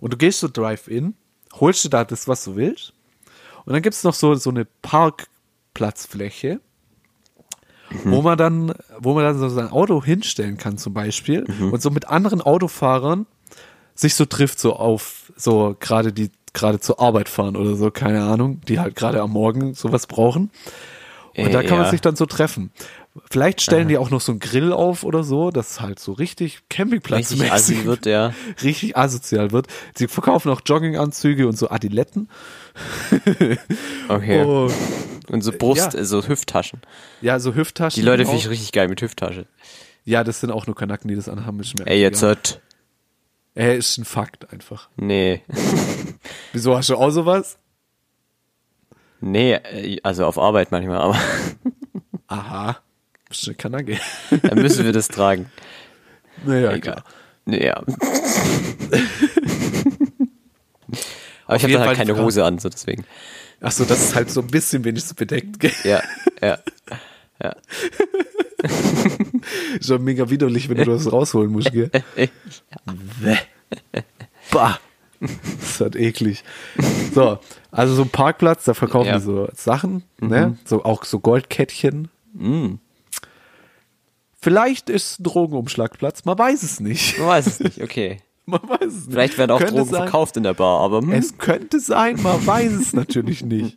B: Und du gehst so Drive-In, holst dir da das, was du willst. Und dann gibt's noch so, so eine Parkplatzfläche,
A: Mhm.
B: wo man dann, wo man dann so sein Auto hinstellen kann zum Beispiel
A: Mhm.
B: und so mit anderen Autofahrern sich so trifft, so auf, so gerade die, gerade zur Arbeit fahren oder so, keine Ahnung, die halt gerade am Morgen sowas brauchen. Und da
A: Äh,
B: kann man
A: ja.
B: sich dann so treffen. Vielleicht stellen die auch noch so einen Grill auf oder so, das halt so richtig campingplatzmäßig
A: Richtig assi wird, ja.
B: <laughs> richtig asozial wird. Sie verkaufen auch Jogginganzüge und so Adiletten.
A: Okay.
B: Und,
A: Und so Brust,
B: Oh, ja. Genau.
A: äh, so Hüfttaschen.
B: ja, so Hüfttaschen.
A: Die Leute
B: auch.
A: finde ich richtig geil mit Hüfttasche.
B: Ja, das sind auch nur Kanaken, die das anhaben. Ist mir
A: Ey, jetzt
B: egal.
A: hat.
B: Ey, ist ein Fakt einfach.
A: Nee.
B: Wieso hast du auch sowas?
A: Nee, äh, also auf Arbeit manchmal, aber <laughs>
B: Aha. Bist du eine Kanake? <laughs>
A: dann müssen wir das tragen.
B: Naja,
A: Egal.
B: klar.
A: Nee,
B: <laughs>
A: ja. aber ich habe dann
B: jeden Fall
A: halt keine
B: die Frage.
A: Hose an, so deswegen.
B: Achso, das ist halt so ein bisschen wenigstens bedeckt. gell?
A: Ja, ja.
B: Ist doch mega widerlich, wenn du
A: <laughs>
B: das rausholen musst, gell? Bäh. Bah. Das ist halt eklig. So, also so ein Parkplatz, da verkaufen
A: Ja. Mhm.
B: die so Sachen, ne? So auch so Goldkettchen. Vielleicht ist ein Drogenumschlagplatz, man weiß es nicht. <laughs>
A: Man weiß es nicht, okay.
B: Man weiß es nicht.
A: Vielleicht werden auch
B: Könnte
A: Drogen
B: sein,
A: verkauft in der Bar, aber hm,
B: Es könnte sein, man weiß es natürlich nicht.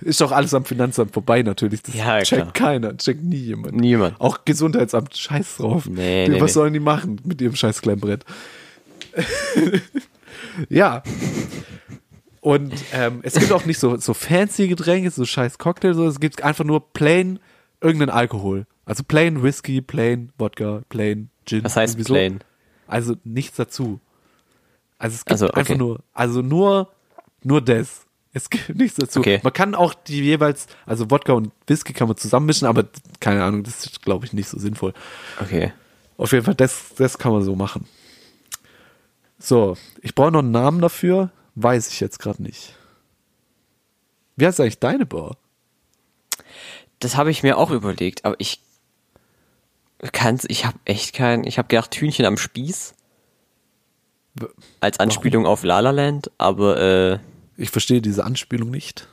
B: Ist doch alles am Finanzamt vorbei natürlich. Das
A: Ja, ja,
B: checkt
A: klar.
B: keiner, checkt nie jemand.
A: Niemand.
B: Auch Gesundheitsamt, scheiß drauf.
A: Nee,
B: die,
A: nee,
B: was
A: nee.
B: sollen die machen mit ihrem scheiß kleinen Brett? <laughs> ja. Und ähm, es gibt auch nicht so, so fancy Getränke, so scheiß Cocktail, so. es gibt einfach nur plain irgendeinen Alkohol. Also plain Whisky, plain Wodka, plain Gin.
A: Was heißt
B: irgendwie so.
A: plain?
B: Also nichts dazu. Also es gibt
A: Also, okay.
B: einfach nur, also nur, nur das. Es gibt <laughs> nichts dazu.
A: Okay.
B: Man kann auch die jeweils, also Wodka und Whisky kann man zusammenmischen, aber keine Ahnung, das ist, glaube ich, nicht so sinnvoll.
A: okay.
B: Auf jeden Fall, das, das kann man so machen. So, ich brauche noch einen Namen dafür, weiß ich jetzt gerade nicht. Wie heißt eigentlich deine Bar?
A: Das habe ich mir auch überlegt, aber ich kann's, ich habe echt keinen, ich habe gedacht Hühnchen am Spieß
B: W-
A: als Anspielung auf La La Land, aber äh,
B: Ich verstehe diese Anspielung nicht.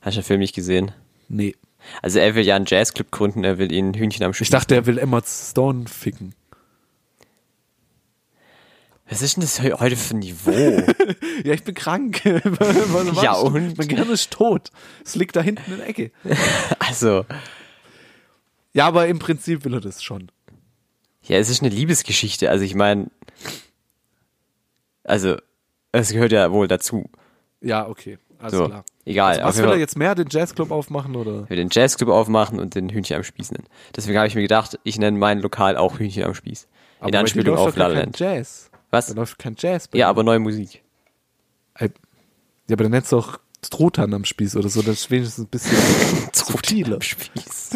A: hast du den Film nicht gesehen?
B: Nee.
A: Also er will ja einen Jazzclub gründen, er will ihn Hühnchen am Spieß.
B: Ich dachte, er will Emma Stone ficken.
A: Was ist denn das he- heute für ein Niveau? <laughs>
B: Ja, ich bin krank. <laughs> Was
A: Ja,
B: machst du?
A: und?
B: Mein Gehirn ist tot. Es liegt da hinten in der Ecke.
A: also,
B: Ja, aber im Prinzip will er das schon.
A: ja, es ist eine Liebesgeschichte. Also ich meine, also es gehört ja wohl dazu.
B: Ja, okay. Alles
A: So,
B: klar. Also,
A: egal. auf
B: Was
A: jeden
B: will er
A: Fall-
B: jetzt mehr? Den Jazzclub aufmachen oder?
A: wir den Jazzclub aufmachen und den Hühnchen am Spieß nennen. Deswegen habe ich mir gedacht, ich nenne mein Lokal auch Hühnchen am Spieß. in
B: bei dir
A: Anspielung auf
B: läuft doch gar
A: La La
B: kein
A: Land.
B: Jazz. Da
A: Was?
B: läuft kein Jazz. bei
A: Ja,
B: dir.
A: aber neue
B: <laughs>
A: Musik.
B: Ey, Ja, aber dann nennst du auch Truthahn am Spieß oder so. Das ist wenigstens ein bisschen
A: <laughs>
B: subtiler.
A: Am Spieß.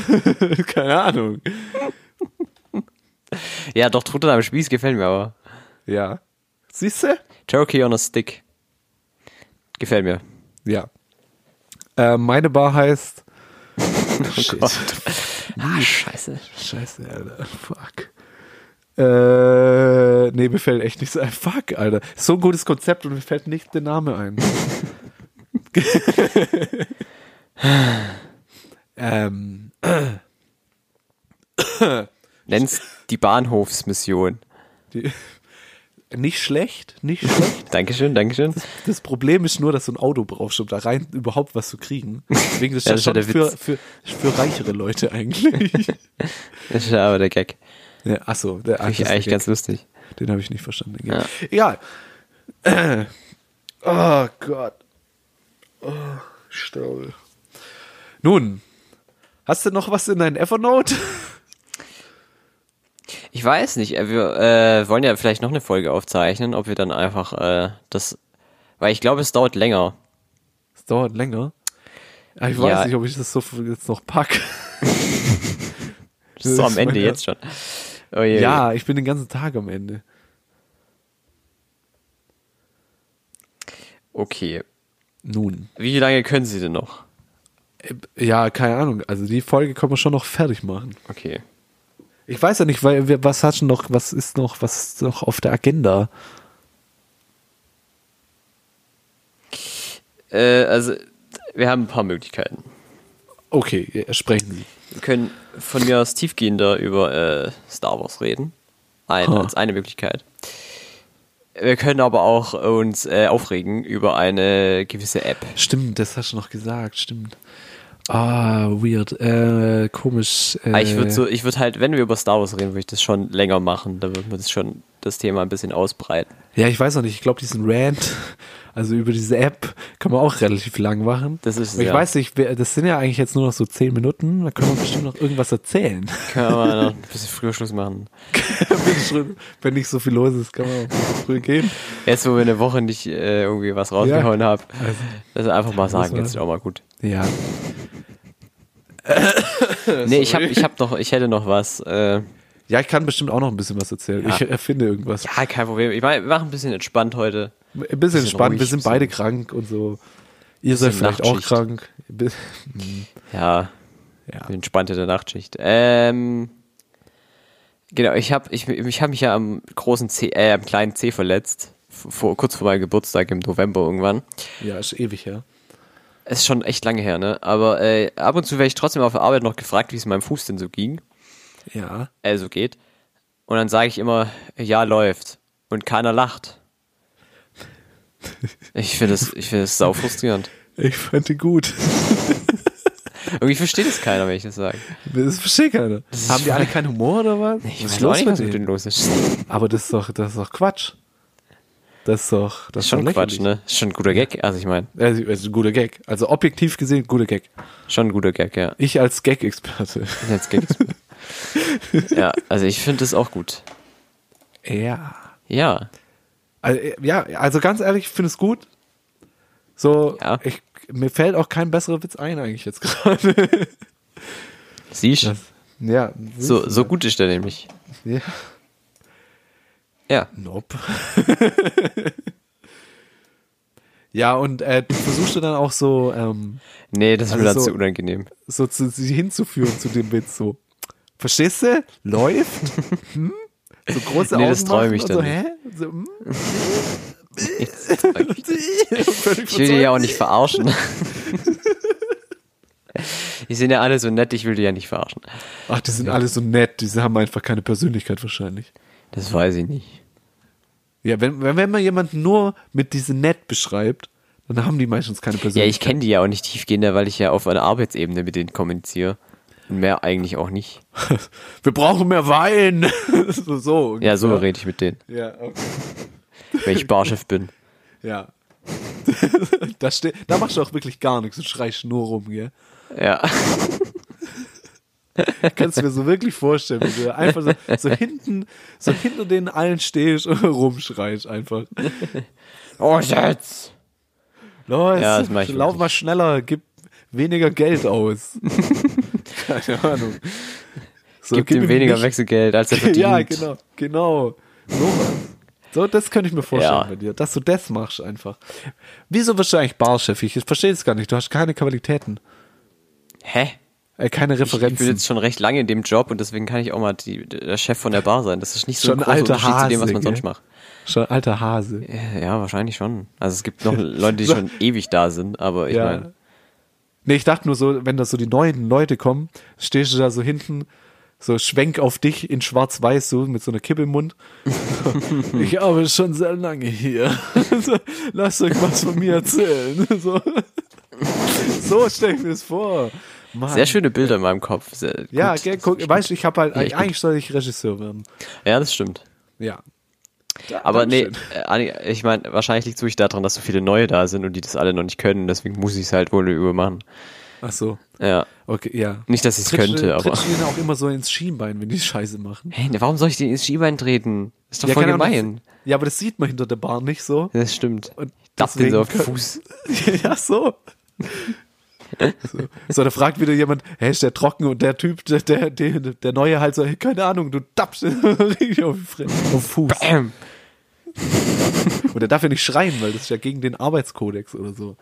B: Keine Ahnung.
A: Ja, doch, Truthahn am Spieß gefällt mir aber.
B: Ja. Siehst du?
A: Turkey on a Stick. Gefällt
B: <laughs>
A: mir.
B: Ja. Äh, meine Bar heißt. Shit.
A: Ah, scheiße.
B: Scheiße, Alter. <laughs> Fuck. Äh, nee, mir fällt echt nichts ein. Fuck, Alter. So ein gutes Konzept und mir fällt nicht der
A: <laughs>
B: Name ein. ähm,
A: Nenn's die Bahnhofsmission.
B: die, nicht schlecht, nicht schlecht.
A: Dankeschön, Dankeschön.
B: Das Problem ist nur, dass du ein Auto brauchst, um da rein überhaupt was zu kriegen. Deswegen ist
A: Ja,
B: das
A: das ist ja
B: schon
A: der
B: für,
A: Witz.
B: für, für reichere Leute
A: <laughs>
B: eigentlich.
A: Das ist ja aber der Gag.
B: ja, achso, der
A: Finde ich
B: das ist
A: eigentlich
B: der
A: ganz lustig.
B: Den habe ich nicht verstanden.
A: Ja.
B: Egal. <clears throat> Oh Gott. Oh, Staul. Nun, hast du noch was in deinem Evernote? <laughs>
A: Ich weiß nicht, äh, wir äh, wollen ja vielleicht noch eine Folge aufzeichnen, ob wir dann einfach äh, das. Weil ich glaube, es dauert länger.
B: Es dauert länger. Aber ich weiß
A: Ja.
B: nicht, ob ich das so viel jetzt noch packe.
A: So
B: <laughs>
A: am Ende jetzt schon. Oh je,
B: Ja, ich bin den ganzen Tag am Ende.
A: Okay.
B: Nun.
A: Wie lange können Sie denn noch?
B: Ja, keine Ahnung. Also die Folge können wir schon noch fertig machen.
A: Okay.
B: Ich weiß ja nicht, weil wir, was hast du noch, was ist noch, was ist noch auf der Agenda?
A: Äh, also, wir haben ein paar Möglichkeiten.
B: Okay, ja, sprechen Sie.
A: Wir können von mir aus tiefgehender über äh, Star Wars reden. Ein,
B: Ha.
A: Als eine Möglichkeit. Wir können aber auch uns äh, aufregen über eine gewisse App.
B: Stimmt, das hast du noch gesagt, stimmt. Ah, weird. Äh, komisch. Äh,
A: Aber Ah, Ich würde so, ich würde halt, wenn wir über Star Wars reden, würde ich das schon länger machen. Da würden wir das schon das Thema ein bisschen ausbreiten.
B: ja, ich weiß noch nicht. Ich glaube, diesen Rant, <laughs> also über diese App, kann man auch relativ lang machen.
A: Das ist es,
B: Aber Ich
A: ja.
B: weiß nicht, wer- das sind ja eigentlich jetzt nur noch so zehn Minuten. Da können wir bestimmt noch
A: <laughs>
B: irgendwas erzählen. <laughs>
A: Können wir noch ein bisschen früher Schluss machen.
B: Wenn schon- Wenn nicht so viel los ist, kann man auch früh gehen.
A: Jetzt, wo wir eine Woche nicht äh, irgendwie was rausgehauen haben, Also, das einfach mal sagen,
B: man-
A: jetzt ist auch mal gut.
B: Ja,
A: Nee, ich, hab, ich, hab noch, ich hätte noch was. Äh,
B: ja, ich kann bestimmt auch noch ein bisschen was erzählen. Ich erfinde irgendwas.
A: Ja, kein Problem. Ich meine, wir machen ein bisschen entspannt heute.
B: Ein bisschen entspannt,
A: ruhig,
B: wir sind
A: bisschen-
B: beide krank und so. Ihr seid vielleicht auch
A: Nachtschicht.
B: krank. Bi- <laughs>
A: Ja,
B: Ja.
A: eine entspannte der Nachtschicht. Ähm, genau, ich habe ich, ich hab mich ja am großen C, äh, am kleinen C verletzt. Vor, kurz vor meinem Geburtstag im November irgendwann.
B: ja, ist ewig her.
A: Es ist schon echt lange her, ne? Aber äh, ab und zu werde ich trotzdem auf der Arbeit noch gefragt, wie es meinem Fuß denn so ging.
B: Ja.
A: Äh, so geht. Und dann sage ich immer, ja, läuft. Und keiner lacht. Ich finde das, ich finde das sau frustrierend.
B: Ich fand die gut.
A: Irgendwie versteht es keiner, wenn ich das sage.
B: Das versteht keiner. Haben die alle keinen Humor oder was?
A: Ich weiß auch nicht, was mit denen los ist.
B: also Aber das ist doch, das ist doch Quatsch. Das ist doch, das ist
A: Schon
B: doch
A: Quatsch,
B: lächerlich.
A: ne? Ist Schon ein guter Gag. Also ich meine,
B: Also, also guter Gag. Also objektiv gesehen, guter Gag.
A: schon ein guter Gag, ja.
B: Ich als Gag-Experte.
A: Jetzt
B: <laughs>
A: Gags. ja, also ich finde das auch gut.
B: Ja.
A: Ja.
B: <laughs> Also, äh, ja, also ganz ehrlich, ich finde es gut. So,
A: Ja.
B: ich, mir fällt auch kein besserer Witz ein eigentlich jetzt <laughs> gerade.
A: Siehst
B: Ja.
A: so, so gut ist der nämlich.
B: Ja.
A: Ja.
B: Nope. <laughs> ja, und äh, du versuchst du dann auch so, ähm,
A: Nee, das ist mir
B: Also
A: dann
B: so-
A: zu unangenehm.
B: so zu, sie hinzuführen zu dem Witz so. Verstehst du? Läuft? Hm? So große
A: Nee,
B: Augen
A: das träum
B: machen
A: ich
B: und
A: dann
B: so, hä? So,
A: <laughs>
B: hm? <laughs> Völlig
A: Ich will die ja auch nicht verarschen. die sind ja alle so nett, ich will die ja nicht verarschen.
B: Ach, die sind alle so nett, die haben einfach keine Persönlichkeit wahrscheinlich.
A: Das weiß ich nicht.
B: Ja, wenn, wenn, wenn man jemanden nur mit diesem nett beschreibt, dann haben die meistens keine
A: Ja, ich
B: Persönlichkeit.
A: kenne die ja auch nicht tiefgehender, weil ich ja auf einer Arbeitsebene mit denen kommuniziere. Und mehr eigentlich auch nicht.
B: <laughs> Wir brauchen mehr Wein. <laughs> so, so.
A: Ja, so rede ich mit denen,
B: Ja, okay.
A: wenn ich Barchef bin.
B: Ja. <laughs> da, ste- da machst du auch wirklich gar nichts und schreist nur rum, gell?
A: Ja.
B: Kannst du mir so wirklich vorstellen, wie du einfach so, so hinten, so hinter denen allen stehst und <laughs> rumschreist einfach.
A: Oh, jetzt!
B: Los,
A: Ja, das mach ich
B: lauf
A: wirklich.
B: mal schneller, gib weniger
A: <laughs>
B: Geld aus. Keine Ahnung. So,
A: Gib ihm
B: ihm
A: weniger
B: nicht-
A: Wechselgeld, als
B: <laughs>
A: er verdient.
B: Ja, genau, genau. So, was. so das könnte ich mir vorstellen
A: Ja.
B: bei dir, dass du das machst einfach. Wieso wirst du eigentlich Barchef? Ich verstehe es gar nicht. Du hast keine Qualitäten,
A: Hä?
B: äh, keine
A: Ich, ich bin
B: Referenzen.
A: jetzt schon recht lange in dem Job und deswegen kann ich auch mal die, der Chef von der Bar sein. Das ist nicht so
B: Schon
A: ein
B: ein
A: großer
B: alter
A: Unterschied zu dem, was
B: Hase,
A: man sonst
B: gell?
A: macht.
B: Schon alter Hase.
A: Äh, Ja, wahrscheinlich schon. Also es
B: <laughs>
A: gibt noch Leute, die schon ewig da sind, aber ich
B: Ja.
A: meine,
B: Nee, ich dachte nur so, wenn da so die neuen Leute kommen, stehst du da so hinten, so schwenk auf dich in schwarz-weiß, so mit so einer Kippe im
A: <laughs>
B: Mund. ich arbeite schon sehr lange hier. So, Lasst euch was von mir erzählen. So, so stelle ich mir das vor. Mann.
A: sehr schöne Bilder in meinem Kopf. Sehr gut.
B: Ja, gell, guck, weißt du, ich habe halt,
A: Ja, ich guck.
B: eigentlich soll ich Regisseur werden.
A: ja, das stimmt.
B: Ja.
A: Aber nee,
B: Dankeschön.
A: äh, Anni- ich meine, wahrscheinlich liegt es wirklich daran, dass so viele neue da sind und die das alle noch nicht können. Deswegen muss ich es halt wohl übermachen.
B: Ach so.
A: Ja.
B: Okay, ja.
A: Nicht, dass ich es
B: Trittst du-
A: könnte, aber.
B: trittst du denen auch immer so ins Schienbein, wenn die Scheiße machen.
A: Hey, ne, warum soll ich denn ins Schienbein treten? Ist doch voll
B: keine Ahnung,
A: gemein.
B: das- Ja, aber das sieht man hinter der Bar
A: <laughs>
B: nicht so.
A: Das stimmt.
B: Und
A: ich darf den so auf den
B: deswegen <laughs>
A: Fuß.
B: ja, so. so. So, da fragt wieder jemand, hey, ist der trocken? Und der Typ, der, der, der, der Neue halt so, hey, keine Ahnung, du <laughs> dappst richtig auf den Fre- auf den Fuß.
A: Bam.
B: Und der darf ja nicht schreien, weil das ist ja gegen den Arbeitskodex oder so.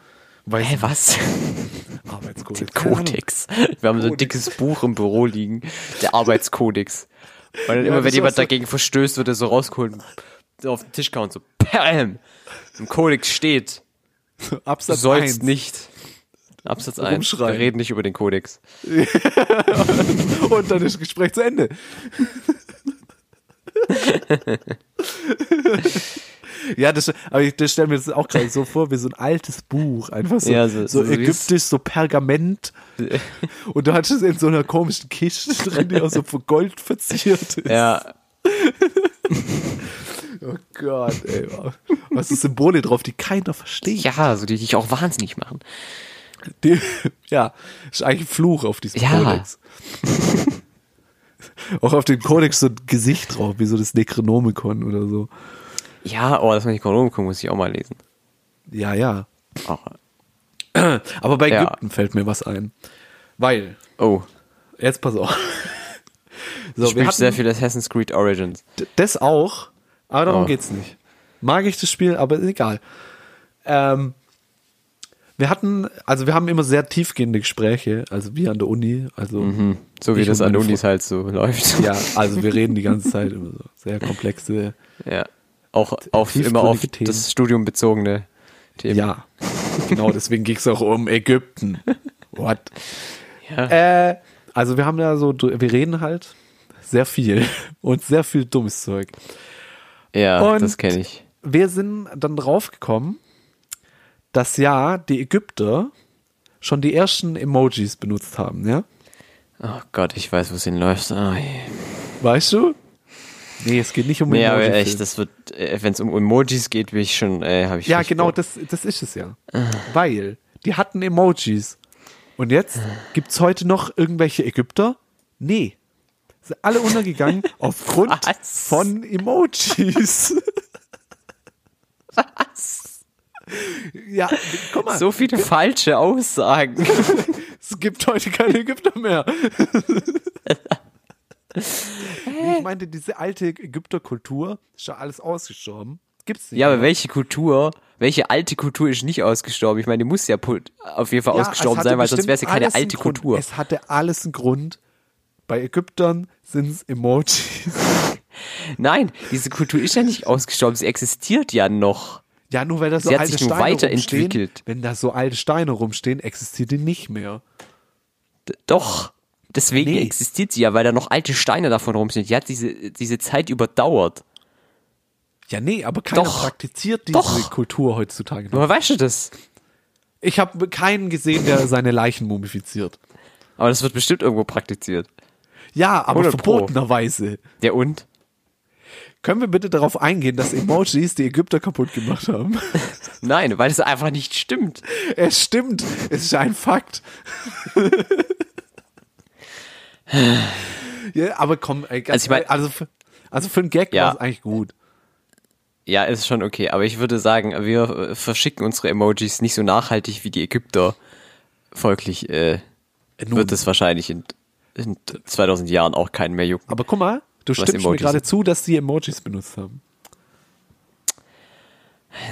B: Weiß
A: Hä, was?
B: Arbeitskodex. keine Ahnung.
A: Kodex. Wir haben so ein dickes Buch im Büro liegen. Der Arbeitskodex. Und dann immer,
B: das
A: wenn
B: ist
A: jemand
B: auch so-
A: dagegen verstößt, wird er so rausgeholt und so auf den Tisch kauen, so Bam. Im Kodex steht, du
B: Absatz
A: sollst
B: 1.
A: nicht. Absatz 1. Wir
B: Rumschreien.
A: reden nicht über den Kodex.
B: Und dann ist das Gespräch zu Ende. ja, das, aber ich das stelle mir das auch gerade so vor, wie so ein altes Buch. Einfach so,
A: Ja, so-
B: so,
A: so
B: ägyptisch, so Pergament. Und du hattest es in so einer komischen Kiste drin, die auch so von Gold verziert ist.
A: Ja,
B: Oh Gott, ey. Was ist Symbole drauf, die keiner versteht?
A: ja, so die dich auch wahnsinnig machen.
B: Die, <laughs> ja, ist eigentlich ein Fluch auf diesen
A: Ja.
B: Kodex. <laughs> Auch auf den Kodex so ein Gesicht drauf, wie so das Necronomicon oder so.
A: Ja, oh, das muss ich Kondom gucken, muss ich auch mal lesen.
B: Ja, ja. <clears throat>
A: Oh.
B: Aber bei
A: Ja.
B: Ägypten fällt mir was ein. Weil,
A: oh.
B: jetzt pass auf. <laughs>
A: Du
B: So, wir
A: spielst
B: hatten
A: sehr viel Assassin's Creed Origins.
B: d- das auch, aber darum
A: Oh.
B: geht's nicht. Mag ich das Spiel, aber ist egal. Ähm, wir hatten, also wir haben immer sehr tiefgehende Gespräche, also wir an der Uni, also
A: Mhm. So wie
B: Ich
A: das
B: und
A: an
B: meine
A: Unis halt so läuft.
B: <laughs> ja, also wir reden die ganze Zeit über so sehr komplexe
A: <laughs> Ja. Auch auf, immer auf
B: tiefgründige Themen.
A: das Studium bezogene Themen.
B: Ja, genau, deswegen ging es auch um Ägypten. What? Äh, also wir haben da so, dr- wir reden halt sehr viel <laughs> und sehr viel dummes Zeug.
A: Ja,
B: Und-
A: das kenne ich.
B: Wir sind dann draufgekommen, dass ja die Ägypter schon die ersten Emojis benutzt haben, ja?
A: Oh Gott, ich weiß, wo es hinläuft. Oh, je.
B: Weißt du? Nee, es geht nicht um
A: nee, aber
B: Emojis.
A: echt, das wird, wenn es um Emojis geht, bin ich schon, äh, habe ich.
B: ja,
A: richtig
B: genau,
A: Bock.
B: das, das ist es ja. Weil die hatten Emojis. Und jetzt gibt's heute noch irgendwelche Ägypter? Nee. Sind alle untergegangen
A: <laughs>
B: aufgrund
A: Was?
B: von Emojis. Was? Ja, guck mal,
A: So viele falsche Aussagen. <laughs>
B: es gibt heute keine Ägypter mehr. meinte, diese alte Ägypterkultur ist ja alles ausgestorben. Gibt's nicht.
A: Ja,
B: mehr.
A: aber welche Kultur, welche alte Kultur ist nicht ausgestorben? Ich meine, die muss ja pu- auf jeden Fall
B: Ja,
A: ausgestorben
B: es hatte
A: sein, weil sonst
B: bestimmt
A: wäre es ja keine
B: alles einen
A: alte
B: Grund.
A: Kultur.
B: Es hatte alles einen Grund. Bei Ägyptern sind es Emojis.
A: Nein, diese Kultur ist ja nicht ausgestorben, sie existiert ja noch.
B: Ja, nur weil da so
A: Sie hat
B: alte
A: sich nur
B: Steine rumstehen.
A: weiterentwickelt.
B: Wenn da so alte Steine rumstehen, existiert die nicht mehr.
A: D doch. Deswegen
B: Nee.
A: existiert sie ja, weil da noch alte Steine davon rum sind. Die hat diese, diese Zeit überdauert.
B: Ja, nee, aber keiner
A: Doch.
B: praktiziert diese
A: Doch.
B: Kultur heutzutage noch.
A: Woher weißt du das?
B: Ich habe keinen gesehen, der seine Leichen mumifiziert.
A: Aber das wird bestimmt irgendwo praktiziert.
B: Ja, aber
A: 100 Pro.
B: verbotenerweise.
A: Ja und?
B: Können wir bitte darauf eingehen, dass Emojis die Ägypter kaputt gemacht haben?
A: Nein, weil das einfach nicht stimmt.
B: es stimmt, es ist ein Fakt. ja, aber komm, ey, ganz
A: Also ich mein-
B: ehrlich, also, für- also für einen Gag
A: Ja.
B: war es eigentlich gut.
A: Ja, ist schon okay, aber ich würde sagen, wir äh, verschicken unsere Emojis nicht so nachhaltig wie die Ägypter. Folglich äh,
B: Nun.
A: wird es wahrscheinlich in, in 2000 Jahren auch keinen mehr jucken.
B: Aber guck mal, du stimmst mir
A: Emojis
B: gerade
A: sind.
B: zu, dass die Emojis benutzt haben.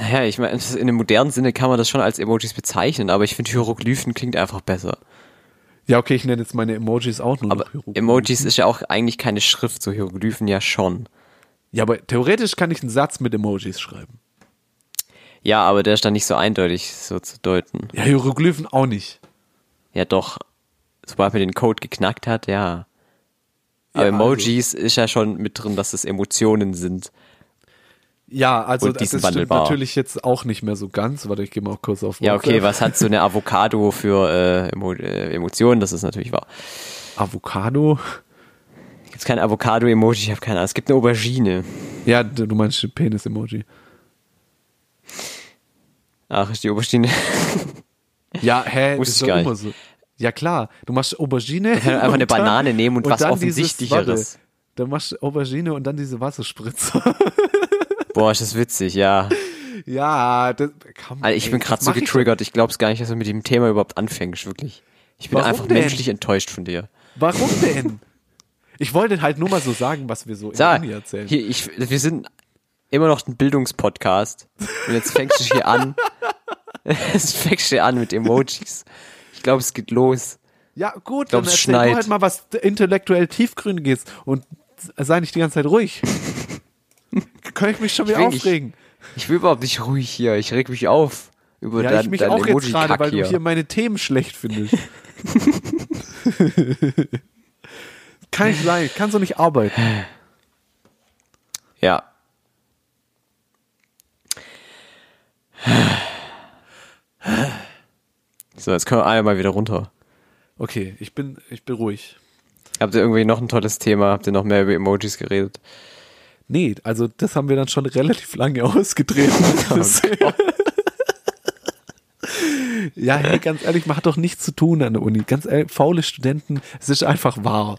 A: Naja, ich meine, in einem modernen Sinne kann man das schon als Emojis bezeichnen, aber ich finde Hieroglyphen klingt einfach besser.
B: Ja, okay, ich nenne jetzt meine Emojis auch nur
A: Aber
B: noch Hieroglyphen.
A: Emojis ist ja auch eigentlich keine Schrift, so Hieroglyphen ja schon.
B: Ja, aber theoretisch kann ich einen Satz mit Emojis schreiben.
A: Ja, aber der ist dann nicht so eindeutig so zu deuten.
B: Ja, Hieroglyphen auch nicht.
A: Ja, doch. Sobald man den Code geknackt hat, ja. Aber
B: Ja, also-
A: Emojis ist ja schon mit drin, dass es Emotionen sind.
B: Ja, also
A: Und die
B: das
A: sind
B: stimmt
A: wandelbar.
B: natürlich jetzt auch nicht mehr so ganz. Warte, ich gehe mal kurz auf
A: Ja, okay,
B: WhatsApp.
A: was hat so eine Avocado für äh, Emo äh, Emotionen? Das ist natürlich wahr.
B: Avocado.
A: Gibt's kein Avocado-Emoji? Ich habe keine Ahnung. Es gibt eine Aubergine.
B: Ja, d- du meinst Penis-Emoji.
A: Ach, ist die Aubergine. <laughs>
B: Ja, hä,
A: Wusste
B: das
A: ich
B: ist doch
A: gar
B: immer
A: nicht.
B: so. Ja, klar, du machst Aubergine.
A: kann <laughs> einfach
B: und
A: eine Banane nehmen und was
B: dann
A: Offensichtlicheres.
B: Dieses, warte, dann machst du Aubergine und dann diese Wasserspritzer.
A: Boah, ist das witzig, ja.
B: <laughs> ja, das kann man.
A: Also ich bin
B: ey,
A: gerade
B: das
A: so
B: mach ich
A: getriggert. Ich glaube es gar nicht, dass du mit dem Thema überhaupt anfängst, wirklich. Ich bin
B: Warum
A: einfach
B: denn?
A: menschlich enttäuscht von dir.
B: doch. Warum denn? Ich wollte halt nur mal so sagen, was wir so in der
A: Da,
B: Uni erzählen.
A: hier, ich, wir sind immer noch ein Bildungspodcast. Und jetzt fängst du hier an. <laughs> Jetzt fängst du hier an mit Emojis. Ich glaube, es geht los.
B: Ja,
A: glaub,
B: gut, dann
A: es
B: erzähl
A: schneit.
B: du halt mal was intellektuell tiefgründiges und sei nicht die ganze
A: <laughs>
B: Zeit ruhig. Kann ich mich schon wieder
A: will nicht-
B: aufregen?
A: Ich bin überhaupt nicht ruhig hier. Ich reg mich auf über
B: ja, ich
A: dein,
B: mich
A: dein
B: auch jetzt gerade,
A: Emoji-Kack
B: weil
A: hier.
B: du hier meine Themen
A: <laughs>
B: schlecht findest. Kann ich sein, ich kann so nicht arbeiten.
A: Ja. So, jetzt können wir alle mal wieder runter.
B: Okay, ich bin, ich bin ruhig.
A: Habt ihr irgendwie noch ein tolles Thema? Habt ihr noch mehr über Emojis geredet?
B: Nee, also das haben wir dann schon relativ lange
A: <laughs>
B: ausgetreten.
A: Oh
B: Das- <laughs> ja, hey, ganz ehrlich, man hat doch nichts zu tun an der Uni. Ganz ehrlich, faule Studenten, es ist einfach wahr.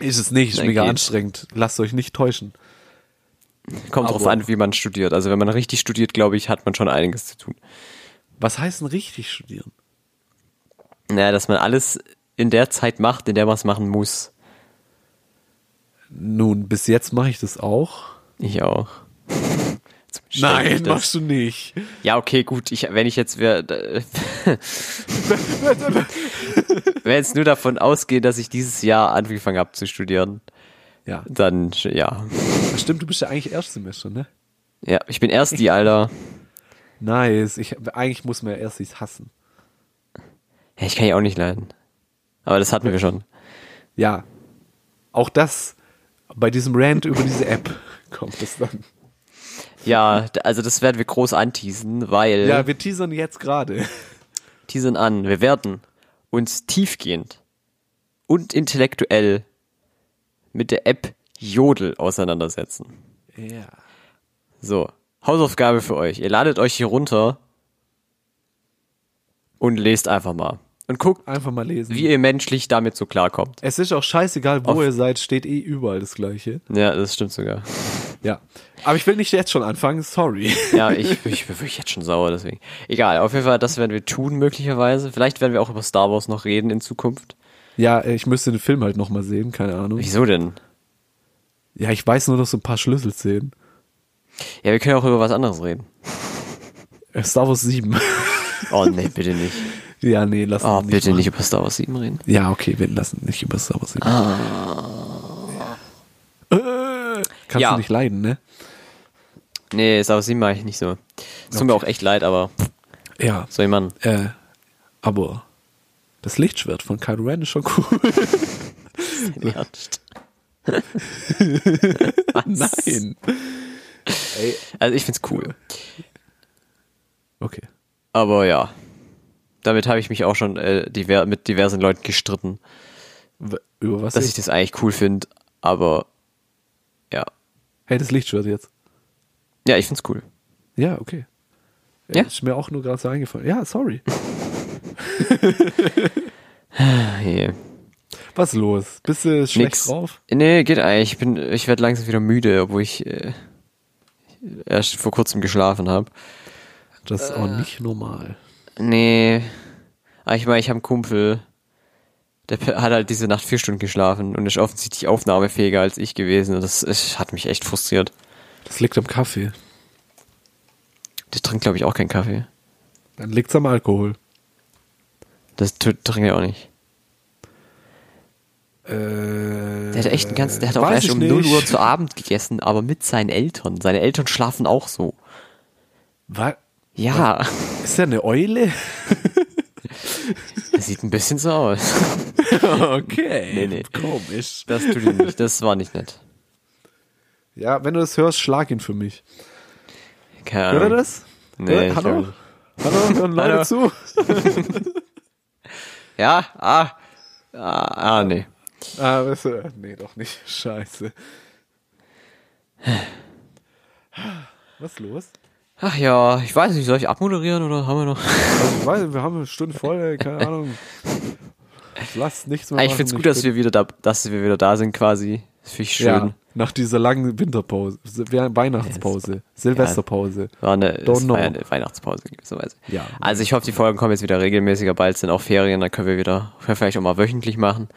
B: Ist es nicht, ist
A: Na,
B: mega
A: geht.
B: anstrengend. Lasst euch nicht täuschen.
A: Kommt drauf
B: Aber-
A: an, wie man studiert. Also wenn man richtig studiert, glaube ich, hat man schon einiges zu tun.
B: Was heißt denn richtig studieren?
A: Naja, dass man alles in der Zeit macht, in der man es machen muss.
B: Nun, bis jetzt mache ich das auch.
A: Ich auch. <laughs> Jetzt stell ich
B: Nein,
A: das-
B: machst du nicht.
A: Ja, okay, gut. Ich, wenn ich jetzt wär, äh, <laughs> wenn jetzt nur davon ausgehe, dass ich dieses Jahr angefangen habe zu studieren,
B: Ja,
A: dann sch- ja.
B: das stimmt, du bist ja eigentlich Erstsemester, ne?
A: Ja, ich bin erst die Alter.
B: Nice. Ich, eigentlich muss man ja Erstis hassen.
A: Ja, ich kann ja auch nicht leiden. Aber das hatten wir schon.
B: Ja. Auch das bei diesem Rant über diese App <laughs> kommt das dann.
A: Ja, d- also das werden wir groß anteasen, weil
B: Ja, wir teasern jetzt gerade.
A: teasen an, wir werden uns tiefgehend und intellektuell mit der App Jodel auseinandersetzen.
B: Ja.
A: So, Hausaufgabe für euch. Ihr ladet euch hier runter und lest einfach mal. Und guckt,
B: Einfach mal lesen.
A: wie ihr menschlich damit so klarkommt.
B: es ist auch scheißegal, wo
A: Auf-
B: ihr seid, steht eh überall das Gleiche.
A: Ja, das stimmt sogar.
B: Ja. Aber ich will nicht jetzt schon anfangen, sorry.
A: <laughs>
B: <laughs>
A: Ja, ich, ich bin wirklich jetzt schon sauer, deswegen. Egal, auf jeden Fall, das werden wir tun, möglicherweise. Vielleicht werden wir auch über Star Wars noch reden in Zukunft.
B: Ja, ich müsste den Film halt nochmal sehen, keine Ahnung.
A: Wieso denn?
B: Ja, ich weiß nur noch so ein paar Schlüsselszenen.
A: Ja, wir können auch über was anderes reden.
B: Äh, Star Wars 7.
A: Oh nee, bitte nicht.
B: <laughs> ja, nee, lass
A: <laughs> Oh,
B: uns
A: bitte
B: machen.
A: nicht über Star Wars 7 reden.
B: Ja, okay, wir lassen nicht über Star Wars reden. Äh, Kannst
A: Ah. Ja.
B: du nicht leiden, ne?
A: Nee, Star Wars 7 mag ich nicht so. Es tut mir auch echt leid, aber
B: Ja.
A: so <laughs> jemand.
B: Äh, aber das Lichtschwert von Kylo Ren ist schon cool. Nein. Ey,
A: Also ich find's cool.
B: okay.
A: Aber ja. Damit habe ich mich auch schon äh, diver mit diversen Leuten gestritten,
B: W- Über was?
A: dass ich
B: jetzt?
A: das eigentlich cool finde, aber ja.
B: hey, das Lichtschwert jetzt.
A: Ja, ich find's cool.
B: Ja, okay. Äh,
A: Ja.
B: Ist mir auch nur gerade so eingefallen. Ja, sorry.
A: Hey,
B: Was los? Bist du schlecht
A: Äh, nix.
B: drauf?
A: Nee, geht eigentlich. Ich bin ich werde langsam wieder müde, obwohl ich äh, erst vor kurzem geschlafen habe.
B: Das ist auch
A: Äh.
B: nicht normal.
A: Nee. Aber ich meine, ich habe einen Kumpel, der <laughs> pe- hat halt diese Nacht vier Stunden geschlafen und ist offensichtlich aufnahmefähiger als ich gewesen. Und das ist, hat mich echt frustriert.
B: Das liegt am Kaffee.
A: Der trinkt, glaube ich, auch keinen Kaffee.
B: Dann liegt's am Alkohol.
A: Das tu- trinkt er auch nicht.
B: Äh,
A: Der hat echt einen ganzen, der hat auch
B: weiß
A: erst
B: ich
A: um
B: nicht.
A: 0 Uhr zu Abend gegessen, aber mit seinen Eltern. Seine Eltern schlafen auch so.
B: Wa-
A: Ja,
B: Ist der eine Eule?
A: <laughs> das sieht ein bisschen so aus.
B: okay.
A: Nee, nee.
B: Komisch.
A: Das tut ihm nicht, das war nicht nett.
B: Ja, wenn du das hörst, schlag ihn für mich.
A: Keine Ahnung.
B: Hört er das?
A: Ähm, Nee,
B: Hört-
A: ich glaub
B: Hallo?
A: <laughs>
B: Hallo? Hören Leute
A: Hallo?
B: zu?
A: Ja, ah, ah, ah, nee.
B: Ah, weißt du, nee, doch nicht. Scheiße. Was ist los?
A: Ach ja, ich weiß nicht, soll ich abmoderieren oder haben wir
B: <laughs>
A: noch?
B: Also, ich weiß, wir haben eine Stunde voll, ey, keine Ahnung. Lass nichts mehr
A: Ah, ich
B: machen,
A: find's gut, dass
B: bin-
A: wir wieder da, dass wir wieder da sind quasi. Das finde ich schön.
B: Ja, nach dieser langen Winterpause, Se- We- Weihnachtspause, Silvesterpause.
A: War eine,
B: Don't
A: es war ja
B: know.
A: eine Weihnachtspause in gewisser Weise.
B: Ja.
A: Also ich hoffe, die Folgen kommen jetzt wieder regelmäßiger. Bald sind auch Ferien, dann können wir wieder können wir vielleicht auch mal wöchentlich machen.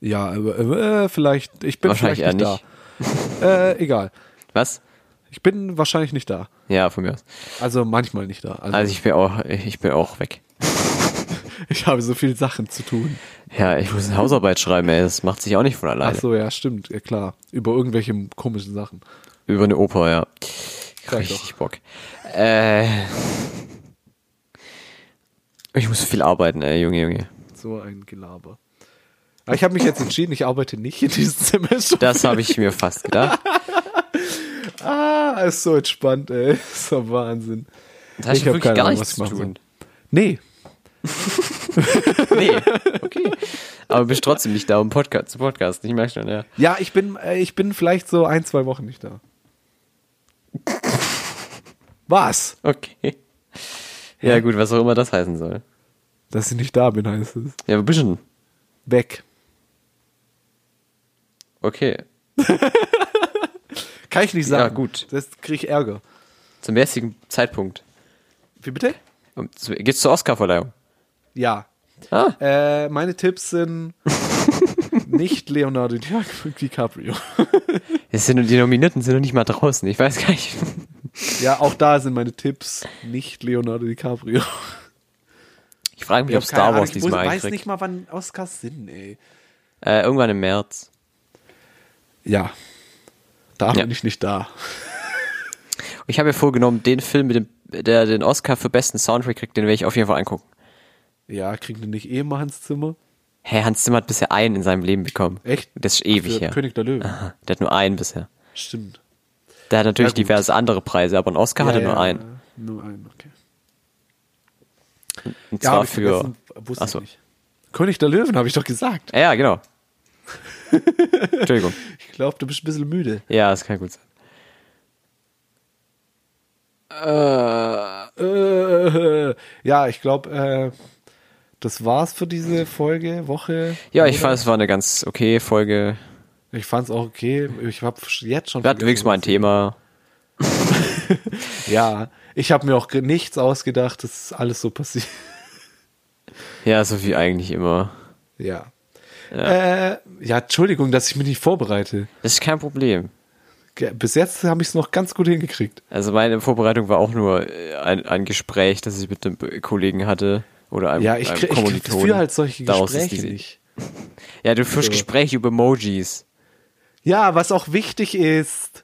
B: Ja, aber, äh, vielleicht, ich bin
A: Wahrscheinlich
B: vielleicht
A: eher
B: nicht, da. Äh, egal.
A: Was?
B: Ich bin wahrscheinlich nicht da.
A: Ja, von mir aus.
B: Also manchmal nicht da. Also,
A: Also ich bin auch, ich bin auch weg.
B: ich habe so viele Sachen zu tun.
A: Ja, ich muss eine Hausarbeit schreiben, ey. Das macht sich auch nicht von
B: Ach
A: alleine.
B: so, ja, stimmt, ja klar. Über irgendwelche komischen Sachen.
A: Über eine Oper, ja.
B: Sag ich
A: Richtig Bock. Äh, ich muss viel arbeiten, ey, Junge, Junge.
B: So ein Gelaber. Aber ich habe mich jetzt entschieden, ich arbeite nicht in diesem Semester.
A: Das habe ich mir fast gedacht.
B: ah, ist so entspannt, ey. <laughs> Ist so Wahnsinn.
A: Da hast
B: Ich
A: du
B: hab
A: wirklich
B: keine
A: gar
B: Ahnung,
A: nichts
B: was ich
A: zu
B: machen
A: tun.
B: Nee,
A: Nee, okay. Aber bist trotzdem nicht da, um Podcast zu podcasten. Ich merke schon, ja.
B: Ja, ich bin, äh, ich bin vielleicht so ein, zwei Wochen nicht da. Was?
A: Okay. Ja, gut, was auch immer das heißen soll.
B: Dass ich nicht da bin, heißt es.
A: Ja, wo bist du denn?
B: Weg.
A: Okay.
B: Kann ich nicht sagen.
A: Ja, gut.
B: Das krieg ich Ärger.
A: Zum jetzigen Zeitpunkt.
B: Wie bitte?
A: Und zu- Geht's zur Oscarverleihung?
B: Ja.
A: Ah,
B: Äh, meine Tipps <laughs> sind nicht Leonardo DiCaprio.
A: es sind die Nominierten sind noch nicht mal draußen. Ich weiß gar nicht.
B: Ja, auch da sind meine Tipps nicht Leonardo DiCaprio.
A: Ich frage mich, ob
B: hab keine
A: Star
B: Ahnung,
A: Wars
B: ich
A: diesmal
B: weiß
A: einkriegt.
B: nicht mal, wann Oscars sind, ey.
A: Äh, irgendwann im März.
B: Ja. Da
A: Ja.
B: bin ich nicht da.
A: Ich habe mir vorgenommen, den Film, mit dem, der den Oscar für besten Soundtrack kriegt, den werde ich auf jeden Fall angucken.
B: Ja, kriegen die nicht eh immer Hans Zimmer?
A: Hä, hey, Hans Zimmer hat bisher einen in seinem Leben bekommen.
B: Echt?
A: Das ist
B: Für
A: ewig her. Ah.
B: König der Löwen.
A: Aha, der hat nur einen bisher.
B: Stimmt.
A: Der hat natürlich
B: Ja, gut.
A: diverse andere Preise, aber einen Oscar hatte nur einen.
B: Nur einen, okay.
A: Und
B: hab
A: zwar
B: ich
A: für.
B: vergessen, Wusste
A: Ach so.
B: ich nicht. König der Löwen, habe ich doch gesagt.
A: Ja, <laughs> genau. Entschuldigung.
B: Ich glaube, du bist ein bisschen müde.
A: Ja, das kann gut sein.
B: Äh, ja, ich glaube, äh, das war's für diese Folge, Woche.
A: Ja, ich
B: Monat.
A: fand, es war eine ganz okay Folge.
B: Ich fand's auch okay. Ich habe jetzt schon.
A: Wir hatten wenigstens mal ein Thema.
B: Ja, ich habe mir auch ge- nichts ausgedacht. Das ist alles so passiert.
A: Ja, so wie eigentlich immer.
B: <laughs> Ja. Ja. Äh, ja, Entschuldigung, dass ich mich nicht vorbereite.
A: Das ist kein Problem.
B: Ge- Bis jetzt habe ich es noch ganz gut hingekriegt.
A: Also meine Vorbereitung war auch nur äh, ein, ein Gespräch, das ich mit einem äh, Kollegen hatte oder einem,
B: Ja, ich,
A: einem
B: krieg- ich, ich
A: Kommilitonen.
B: führe halt solche
A: Daraus ist
B: Gespräche
A: diese-
B: nicht.
A: Ja, du führst Gespräche über Emojis.
B: Ja, was auch wichtig ist.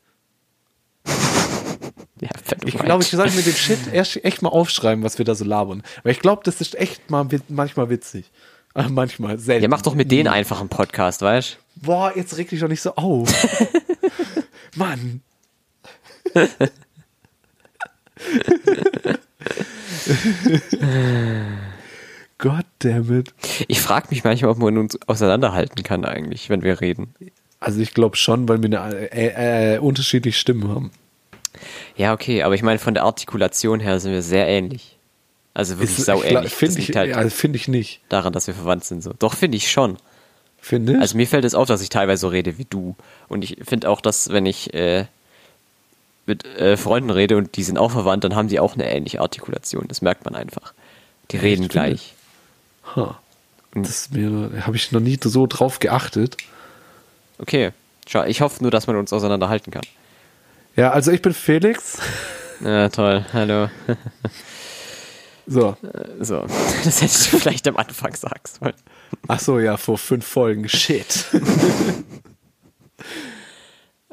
A: Ja, wenn du
B: Ich
A: meinst.
B: glaube, ich sollte mir den Shit erst echt mal aufschreiben, was wir da so labern. Weil ich glaube, das ist echt mal wit- manchmal witzig. Äh, Manchmal, selten.
A: ja, mach doch mit
B: Mhm.
A: denen einfach einen Podcast, weißt
B: Boah, jetzt reg dich doch nicht so
A: <laughs>
B: auf. Mann. God damn it.
A: Ich frage mich manchmal, ob man uns auseinanderhalten kann eigentlich, wenn wir reden.
B: Also ich glaube schon, weil wir eine äh, äh, unterschiedliche Stimmen haben.
A: Ja, okay, aber ich meine, von der Artikulation her sind wir sehr ähnlich. Also wirklich sau ähnlich. Das
B: Finde ich,
A: liegt halt
B: ja, find ich nicht.
A: daran, dass wir verwandt sind. So. Doch, finde ich schon.
B: Finde
A: Also mir fällt es auf, dass ich teilweise so rede wie du. Und ich finde auch, dass wenn ich äh, mit äh, Freunden rede und die sind auch verwandt, dann haben die auch eine ähnliche Artikulation. Das merkt man einfach. Die reden
B: stimmt.
A: gleich.
B: Ha.
A: Mhm.
B: Das habe ich noch nie so drauf geachtet.
A: Okay. Schau, ich hoffe nur, dass man uns auseinanderhalten kann.
B: Ja, also ich bin Felix.
A: Ja, toll. Hallo.
B: So.
A: So. <laughs> Das hättest du vielleicht am Anfang sagen sollen.
B: Ach so, ja, vor fünf Folgen. Shit.
A: <laughs>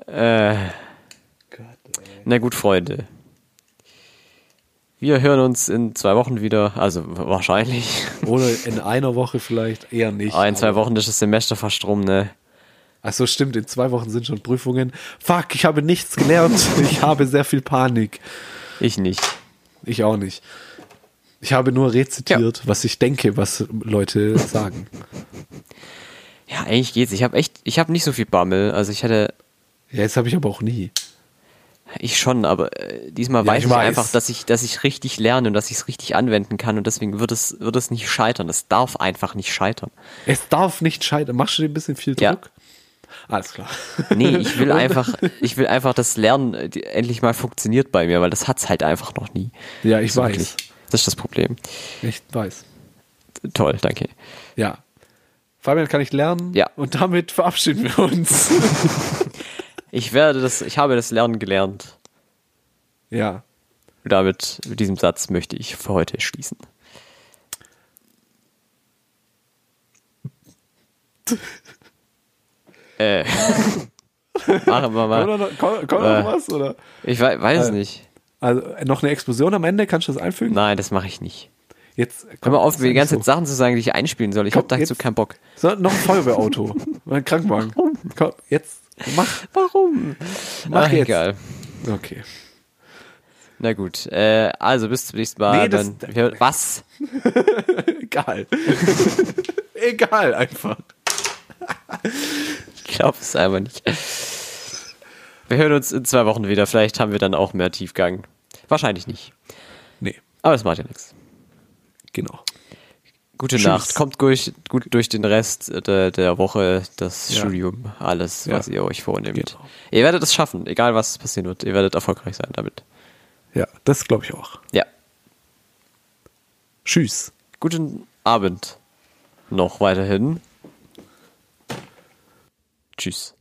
A: Äh, na gut, Freunde. Wir hören uns in zwei Wochen wieder. Also <laughs> wahrscheinlich.
B: Oder in einer Woche vielleicht eher nicht.
A: Aber in zwei Wochen ist das Semester fast rum, ne?
B: Ach so, stimmt, in zwei Wochen sind schon Prüfungen. Fuck, ich habe nichts gelernt. Ich habe sehr viel Panik.
A: Ich nicht.
B: Ich auch nicht. Ich habe nur rezitiert, was ich denke, was Leute sagen.
A: Ja, eigentlich geht's. Ich habe echt, ich habe nicht so viel Bammel. Also ich hatte,
B: Ja, jetzt habe ich aber auch nie.
A: ich schon, aber äh, diesmal
B: Ja,
A: weiß
B: ich
A: ich,
B: weiß.
A: einfach, dass ich, dass ich richtig lerne und dass ich es richtig anwenden kann und deswegen wird es, wird es nicht scheitern. Es darf einfach nicht scheitern.
B: Es darf nicht scheitern. Machst du dir ein bisschen viel
A: Ja.
B: Druck? Alles klar.
A: Nee, ich
B: <laughs>
A: will einfach, ich will einfach, dass Lernen äh, die- endlich mal funktioniert bei mir, weil das hat's halt einfach noch nie.
B: Ja, ich
A: So
B: weiß.
A: wirklich. Das ist das Problem.
B: Ich weiß.
A: Toll, danke.
B: Ja. Fabian kann ich lernen.
A: Ja.
B: Und damit verabschieden wir uns.
A: <laughs> Ich werde das, ich habe das Lernen gelernt.
B: ja.
A: Und damit, mit diesem Satz möchte ich für heute schließen. äh. <laughs> Machen wir
B: Kommt
A: mal.
B: noch, kommt, kommt noch
A: Äh.
B: was? Oder?
A: Ich wei- weiß
B: Äh.
A: nicht.
B: Also äh, noch eine Explosion am Ende? Kannst du das einfügen?
A: Nein, das mache ich nicht.
B: Jetzt
A: Hör
B: komm,
A: mal auf,
B: ist
A: mir die
B: eigentlich
A: ganze Zeit Sachen zu sagen, die ich einspielen soll. Ich
B: Komm,
A: habe dazu
B: jetzt.
A: keinen Bock.
B: So, noch ein Feuerwehrauto.
A: <laughs>
B: Oder ein Krankenwagen. Komm, jetzt. Mach,
A: Warum?
B: mach
A: Ach,
B: jetzt.
A: egal.
B: Okay.
A: Na gut. Äh, also bis zum nächsten Mal.
B: Nee, das-
A: dann, wir- was?
B: Egal. <laughs> egal einfach.
A: Ich glaube es einfach nicht. Wir hören uns in zwei Wochen wieder. Vielleicht haben wir dann auch mehr Tiefgang. Wahrscheinlich nicht.
B: Nee,
A: Aber das macht ja nichts.
B: genau.
A: Gute
B: Tschüss.
A: Nacht. Kommt durch, gut durch den Rest der, der Woche, das
B: Ja.
A: Studium, alles, was
B: Ja.
A: ihr euch vornehmt.
B: Genau.
A: Ihr werdet es schaffen, egal was passieren wird. Ihr werdet erfolgreich sein damit.
B: Ja, das glaube ich auch.
A: Ja.
B: Tschüss.
A: Guten Abend. Noch weiterhin. Tschüss.